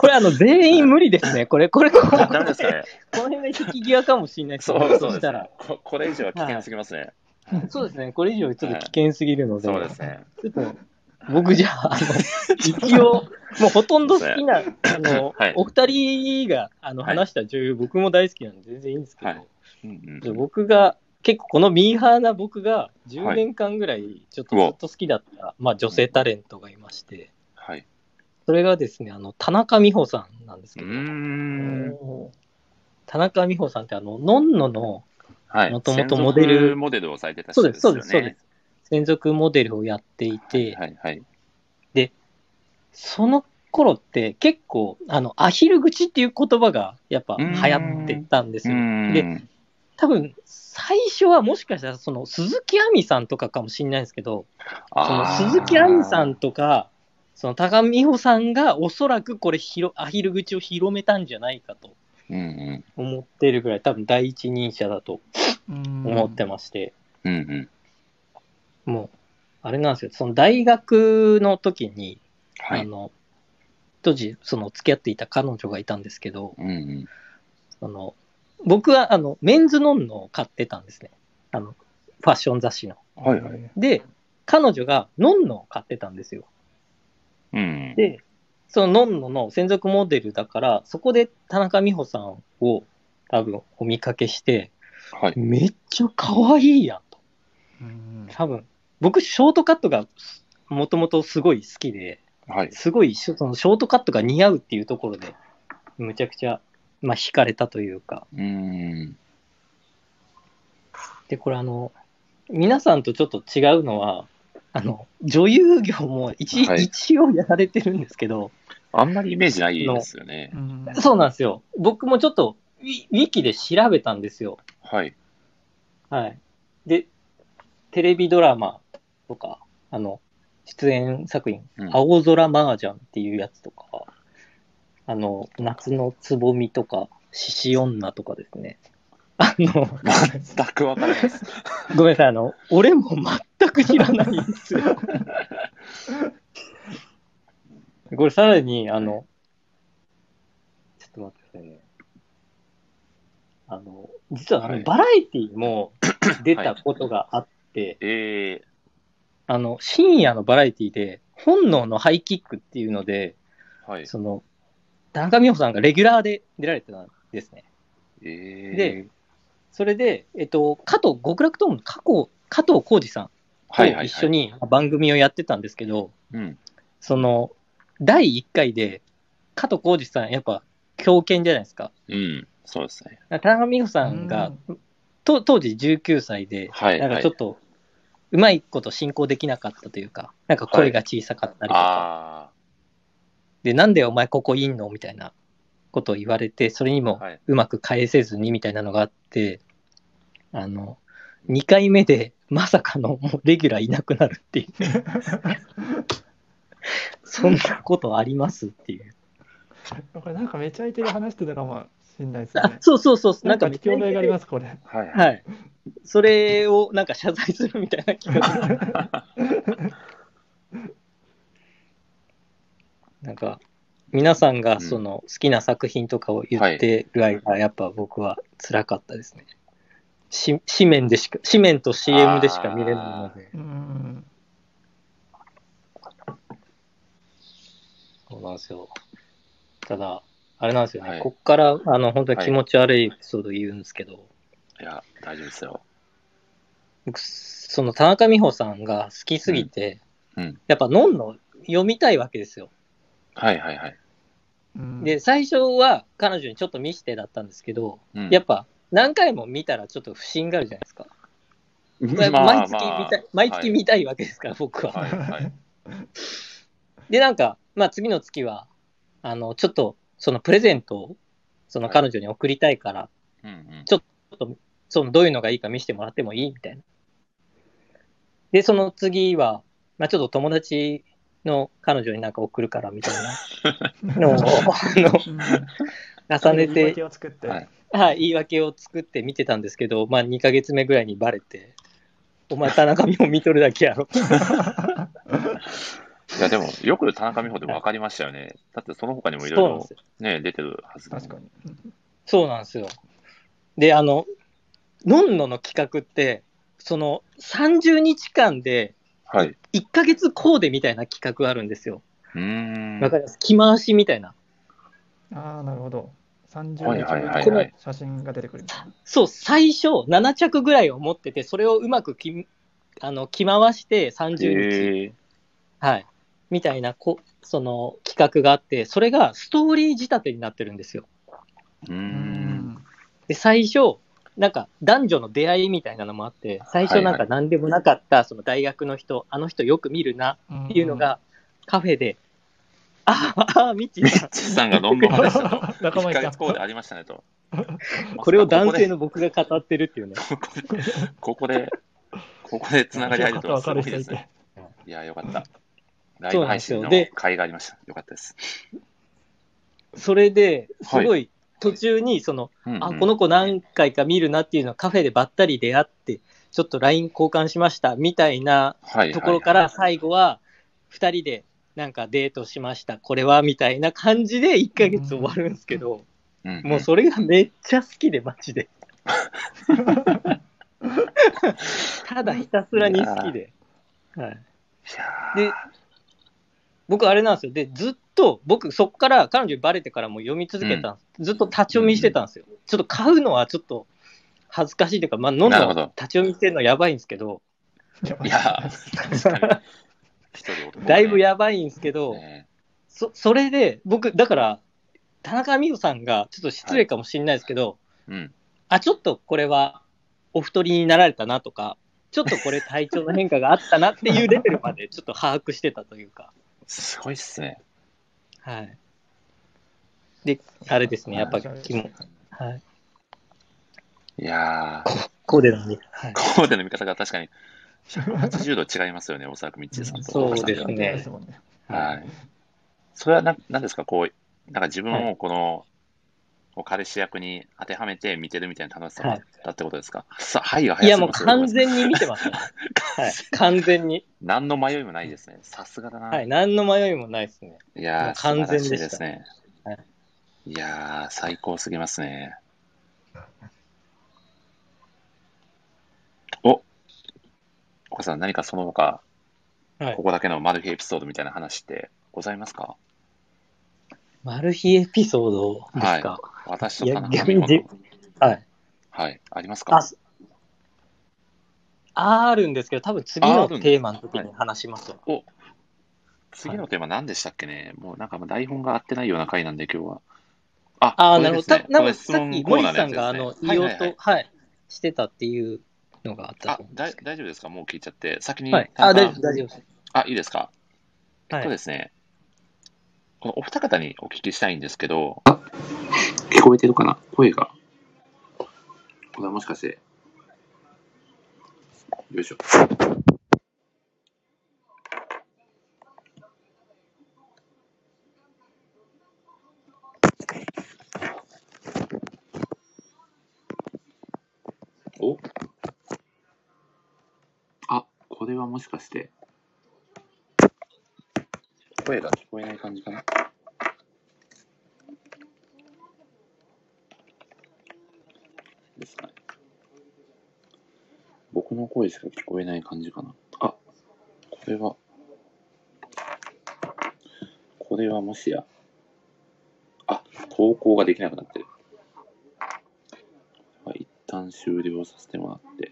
これ、あの、全員無理ですね。これ、これ、これ、こ
ダメですか
の
ね。
辺が引き際かもしれないです
そ
ね。
うそう
そ
で
し
す
た
ね
ら。
こ。これ以上は危険すぎますね。
そうですね。これ以上ちょっと危険すぎるので。
そうですね。
ちょっと、僕じゃあ、あの、一応、もうほとんど好きな、あの、
はい
お二人が、あの、
はい
話した女優、僕も大好きなんで全然いいんですけど、
はいうん
ち
う
ょっと
ん、
僕が、結構このミーハーな僕が
は
10
い
年間ぐらいちょっと
う
ず
わ
っと好きだった、まあ女性タレントがいまして、
はい。
それがですね、あの、田中美穂さんなんです
う
け
ー
ど、
ん。
お
田中美穂さんってあの、のんのの
はい。
もともとモデル
専属モデルをされてた人
そうです
よね。
そうですそうです専属モデルをやっていて、
はいはい。
その頃って結構、あの、アヒル口っていう言葉がやっぱ流行ってたんですよ。
で、
で、多分、最初はもしかしたら、その、鈴木亜美さんとかかもしれないですけど、その
あー
鈴木亜美さんとか、その、高見穂さんがおそらくこれ広、アヒル口を広めたんじゃないかと
うんうん
思ってるぐらい、多分第一人者だと思ってまして、
うんうん。
もう、あれなんですよ、その大学の時に、
は
あ
い。
の、当時、その、付き合っていた彼女がいたんですけど、
うんうん。
あの、僕は、あの、メンズノンノを買ってたんですね。あの、ファッション雑誌の。
す
はいはい。
で、彼女がノンノを買ってたんですよ。
うん。
で、そのノンノの専属モデルだから、そこで田中美穂さんを多分お見かけして、
はい。
めっちゃ可愛いやんと。
うん
多分、僕、ショートカットがもともとすごい好きで、
はい。
すごいショそのショートカットが似合うっていうところで、むちゃくちゃ、まあ、惹かれたというか、
うん。
で、これあの、皆さんとちょっと違うのは、あの、女優業も一,、
はい
一応やられてるんですけど、
あんまりイメージないですよね
う。ん
そうなんですよ。僕もちょっとウィ、ウィキで調べたんですよ。
はい。
はい。で、テレビドラマとか、あの、出演作品、
うん
青空麻雀っていうやつとか、あの、夏のつぼみとか、獅子女とかですね。あの、
全くわからないです。
ごめんなさい、あの、俺も全く知らないんで すよ。これさらに、あの、ちょっと待ってくださいね。あの、実はあの、
はい
バラエティ も出たことがあって、
え
あの、深夜のバラエティで、本能のハイキックっていうので、
ー、はい。
その、田中美穂さんがレギュラーで出られてたんですね。
えー、
で、それで、えっと、加藤、極楽トーンの加藤、加藤浩二さんと
はいはいはい、
一緒。に番組をやってたんですけど、
うん。
その、第1回で、加藤浩二さん、やっぱ、狂犬じゃないですか。
うん。そうですね。
田中美穂さんが、と当時19歳で、
はい、はい。
なんかちょっと、うまいこと進行できなかったというか、なんか声が小さかったりとか、
あ
で、なんでお前ここいんのみたいなことを言われて、それに
あ、
も
はい。
うまく返せずにみたいなのがあって、あの、2回目でまさかのもうレギュラーいなくなる っていう、そんなことありますっていう。
これなんかめちゃイケで話してたかもしんないです
あ
ね。
そうそうそう、
な
なんん
か
か
聞き覚えがあります、これ。
はい。はい。
はい。それをなんか謝罪するみたいな気 がする。なんか、皆さんがその好きな作品とかを言ってる間、やっぱ僕は辛かったですね。し紙面でしか、紙面と CM でしか見れないので。
うん。
そうなんですよ。ただ、あれなんですよね。
はい
こっから、あの、本当に気持ち悪いエピソード言うんですけど、
いや、大丈夫ですよ。
僕、その田中美穂さんが好きすぎて、
うんうん
やっぱ、のんの読みたいわけですよ。
はいはいはい。
うん
で、最初は彼女にちょっと見してだったんですけど、
うん
やっぱ何回も見たらちょっと不信があるじゃないですか。
まあ
毎月見たい、毎
は
月
い
見たいわけですから、僕は。
はい はい。
で、なんか、まあ次の月は、あの、ちょっと、そのプレゼントを、その彼女に送りたいから、
うんうん。
そのどういうのがいいか見せてもらってもいいみたいな。で、その次は、まあちょっと友達の彼女になんか送るからみたい なのを、あの、重
言
ね
い訳
て
を作って。
はい
はい、言い訳を作って見てたんですけど、まあ、2ヶ月目ぐらいにバレて、お前、田中美穂見とるだけ やろ。
いや、でも、よく田中美穂で分かりましたよね。だって、その他にもいろ
そうなん
いろ
ですよ。
ね、出てるはずだもん
確かに。
そうなんですよ。で、あの、のんのの企画って、その30日間で
はい。う
1ヶ月コーデみたいな企画があるんですよ。
ーん。
わかります着回しみたいな。
ああ、なるほど。30日
はいはいはい
はい
分の写真が出てくるみたいな。
そう、最初7着ぐらいを持ってて、それをうまくきあの着回して30日
えー
はい。みたいなこ、その企画があって、それがストーリー仕立てになってるんですよ。
うー。
うんん。
で、最初、なんか男女の出会いみたいなのもあって、最初なん
はいは
か
い
何でもなかった、その大学の人、あの人よく見るなっていうのが、カフェで、ああ、ああ、ミッチーさん、
ちさんが論文 話したと。
仲間
1
に
ヶ
いた
月後でありましたねと。
これを男性
の。
の僕が語ってるっていうね。
ここで、ここでつながり合えるとはすごいですね。
ね。
いや、よかった。ライ
そう
ブ
なんで
配
すよ
信の
で
会がありました。よかったです。
それで、すご
はい
途中に、その、
うんうん
あ、この子何回か見るなっていうのはカフェでばったり出会って、ちょっと LINE 交換しましたみたいなところから最後は2人でなんかデートしましたこれはみたいな感じで1ヶ月終わるんですけど、も
も
うそれがめっちゃ好きでマジでただひたすらに好きで、はい、で僕あれなんですよでずっと僕そっから彼女にバレてからも読み続けたんです、ずっと立ち読みしてたんですよ、ちょっと買うのはちょっと恥ずかしいというかまあ飲ん
な
だ
るほど
立ち読みしてるのやばいんですけど
いや、確かに。一人男ね
だいぶやばいんですけど、
ね
そそれで僕だから田中美穂さんがちょっと失礼かもしれないですけど、
うん。
あちょっとこれはお太りになられたなとかちょっとこれ体調の変化があったなっていうレベルまでちょっと把握してたというか、
すごいっすね。
はい、であれですねやっぱ
はい
気も、はい、
いやー、
コーデなのに、はい、
コーデの見方が確かに80度違いますよね、おそらくミッチーさんと
そう
岡
で
さ
す
んが
ね
そうですもんね。
はい。それはななんですか、こう、なんか自分をこの、こう彼氏役に当てはめて見てるみたいな楽しさだったってことですか。さはいが
い
早
や
すぎ
もう
ます
完全に見て ますね、はい、完全に、
何の迷いもないですね。さすがだな。
はい、
い、
何の迷いもないですねも
や
う
ー、素晴
完全
ら
で
し
し
い
た
ですね。
はい
いやー、最高すぎますね。岡さん、何かその他、
はい
ここだけのマル秘エピソードみたいな話ってございますか
マル秘エピソードですか。
私
い
と
や
田、中
逆
美
に
穂
じ
の、
はい。
はい、ありますか
あ、すあーあるんですけど、多分次
あーあ
の
るんだ
テーマの時に話しますわ。
お次のテーマ何でしたっけね、もうなんかもう台本が合ってないような回なんで、今日は。あ、
ああ、
こ
な
れ
る
で
ほ
す
ど。
ね
たな
こ
んか
れ質
さっ
問
き
コ
ゴ
ー
リ
ナー
さんがあ
のや
の
つですね
言お
はいは
う
いはい
と、はい、してたっていうのがあった
あ
と思うんで
だい
すけ
大丈夫ですかもう聞いちゃって。先に
ど。はい。
田
あ、
中、
大丈夫、大丈夫です。
あ、いいですかえ
は
っ
い
とですね、このお二方にお聞きしたいんですけど、聞こえてるかな声が。これはもしかして。よいしょ。おあ、これはもしかして。声が聞こえない感じかな。ですかね。僕の声しか聞こえない感じかな。あ、これは、これはもしや、あ、投稿ができなくなってる。これは一旦終了させてもらって。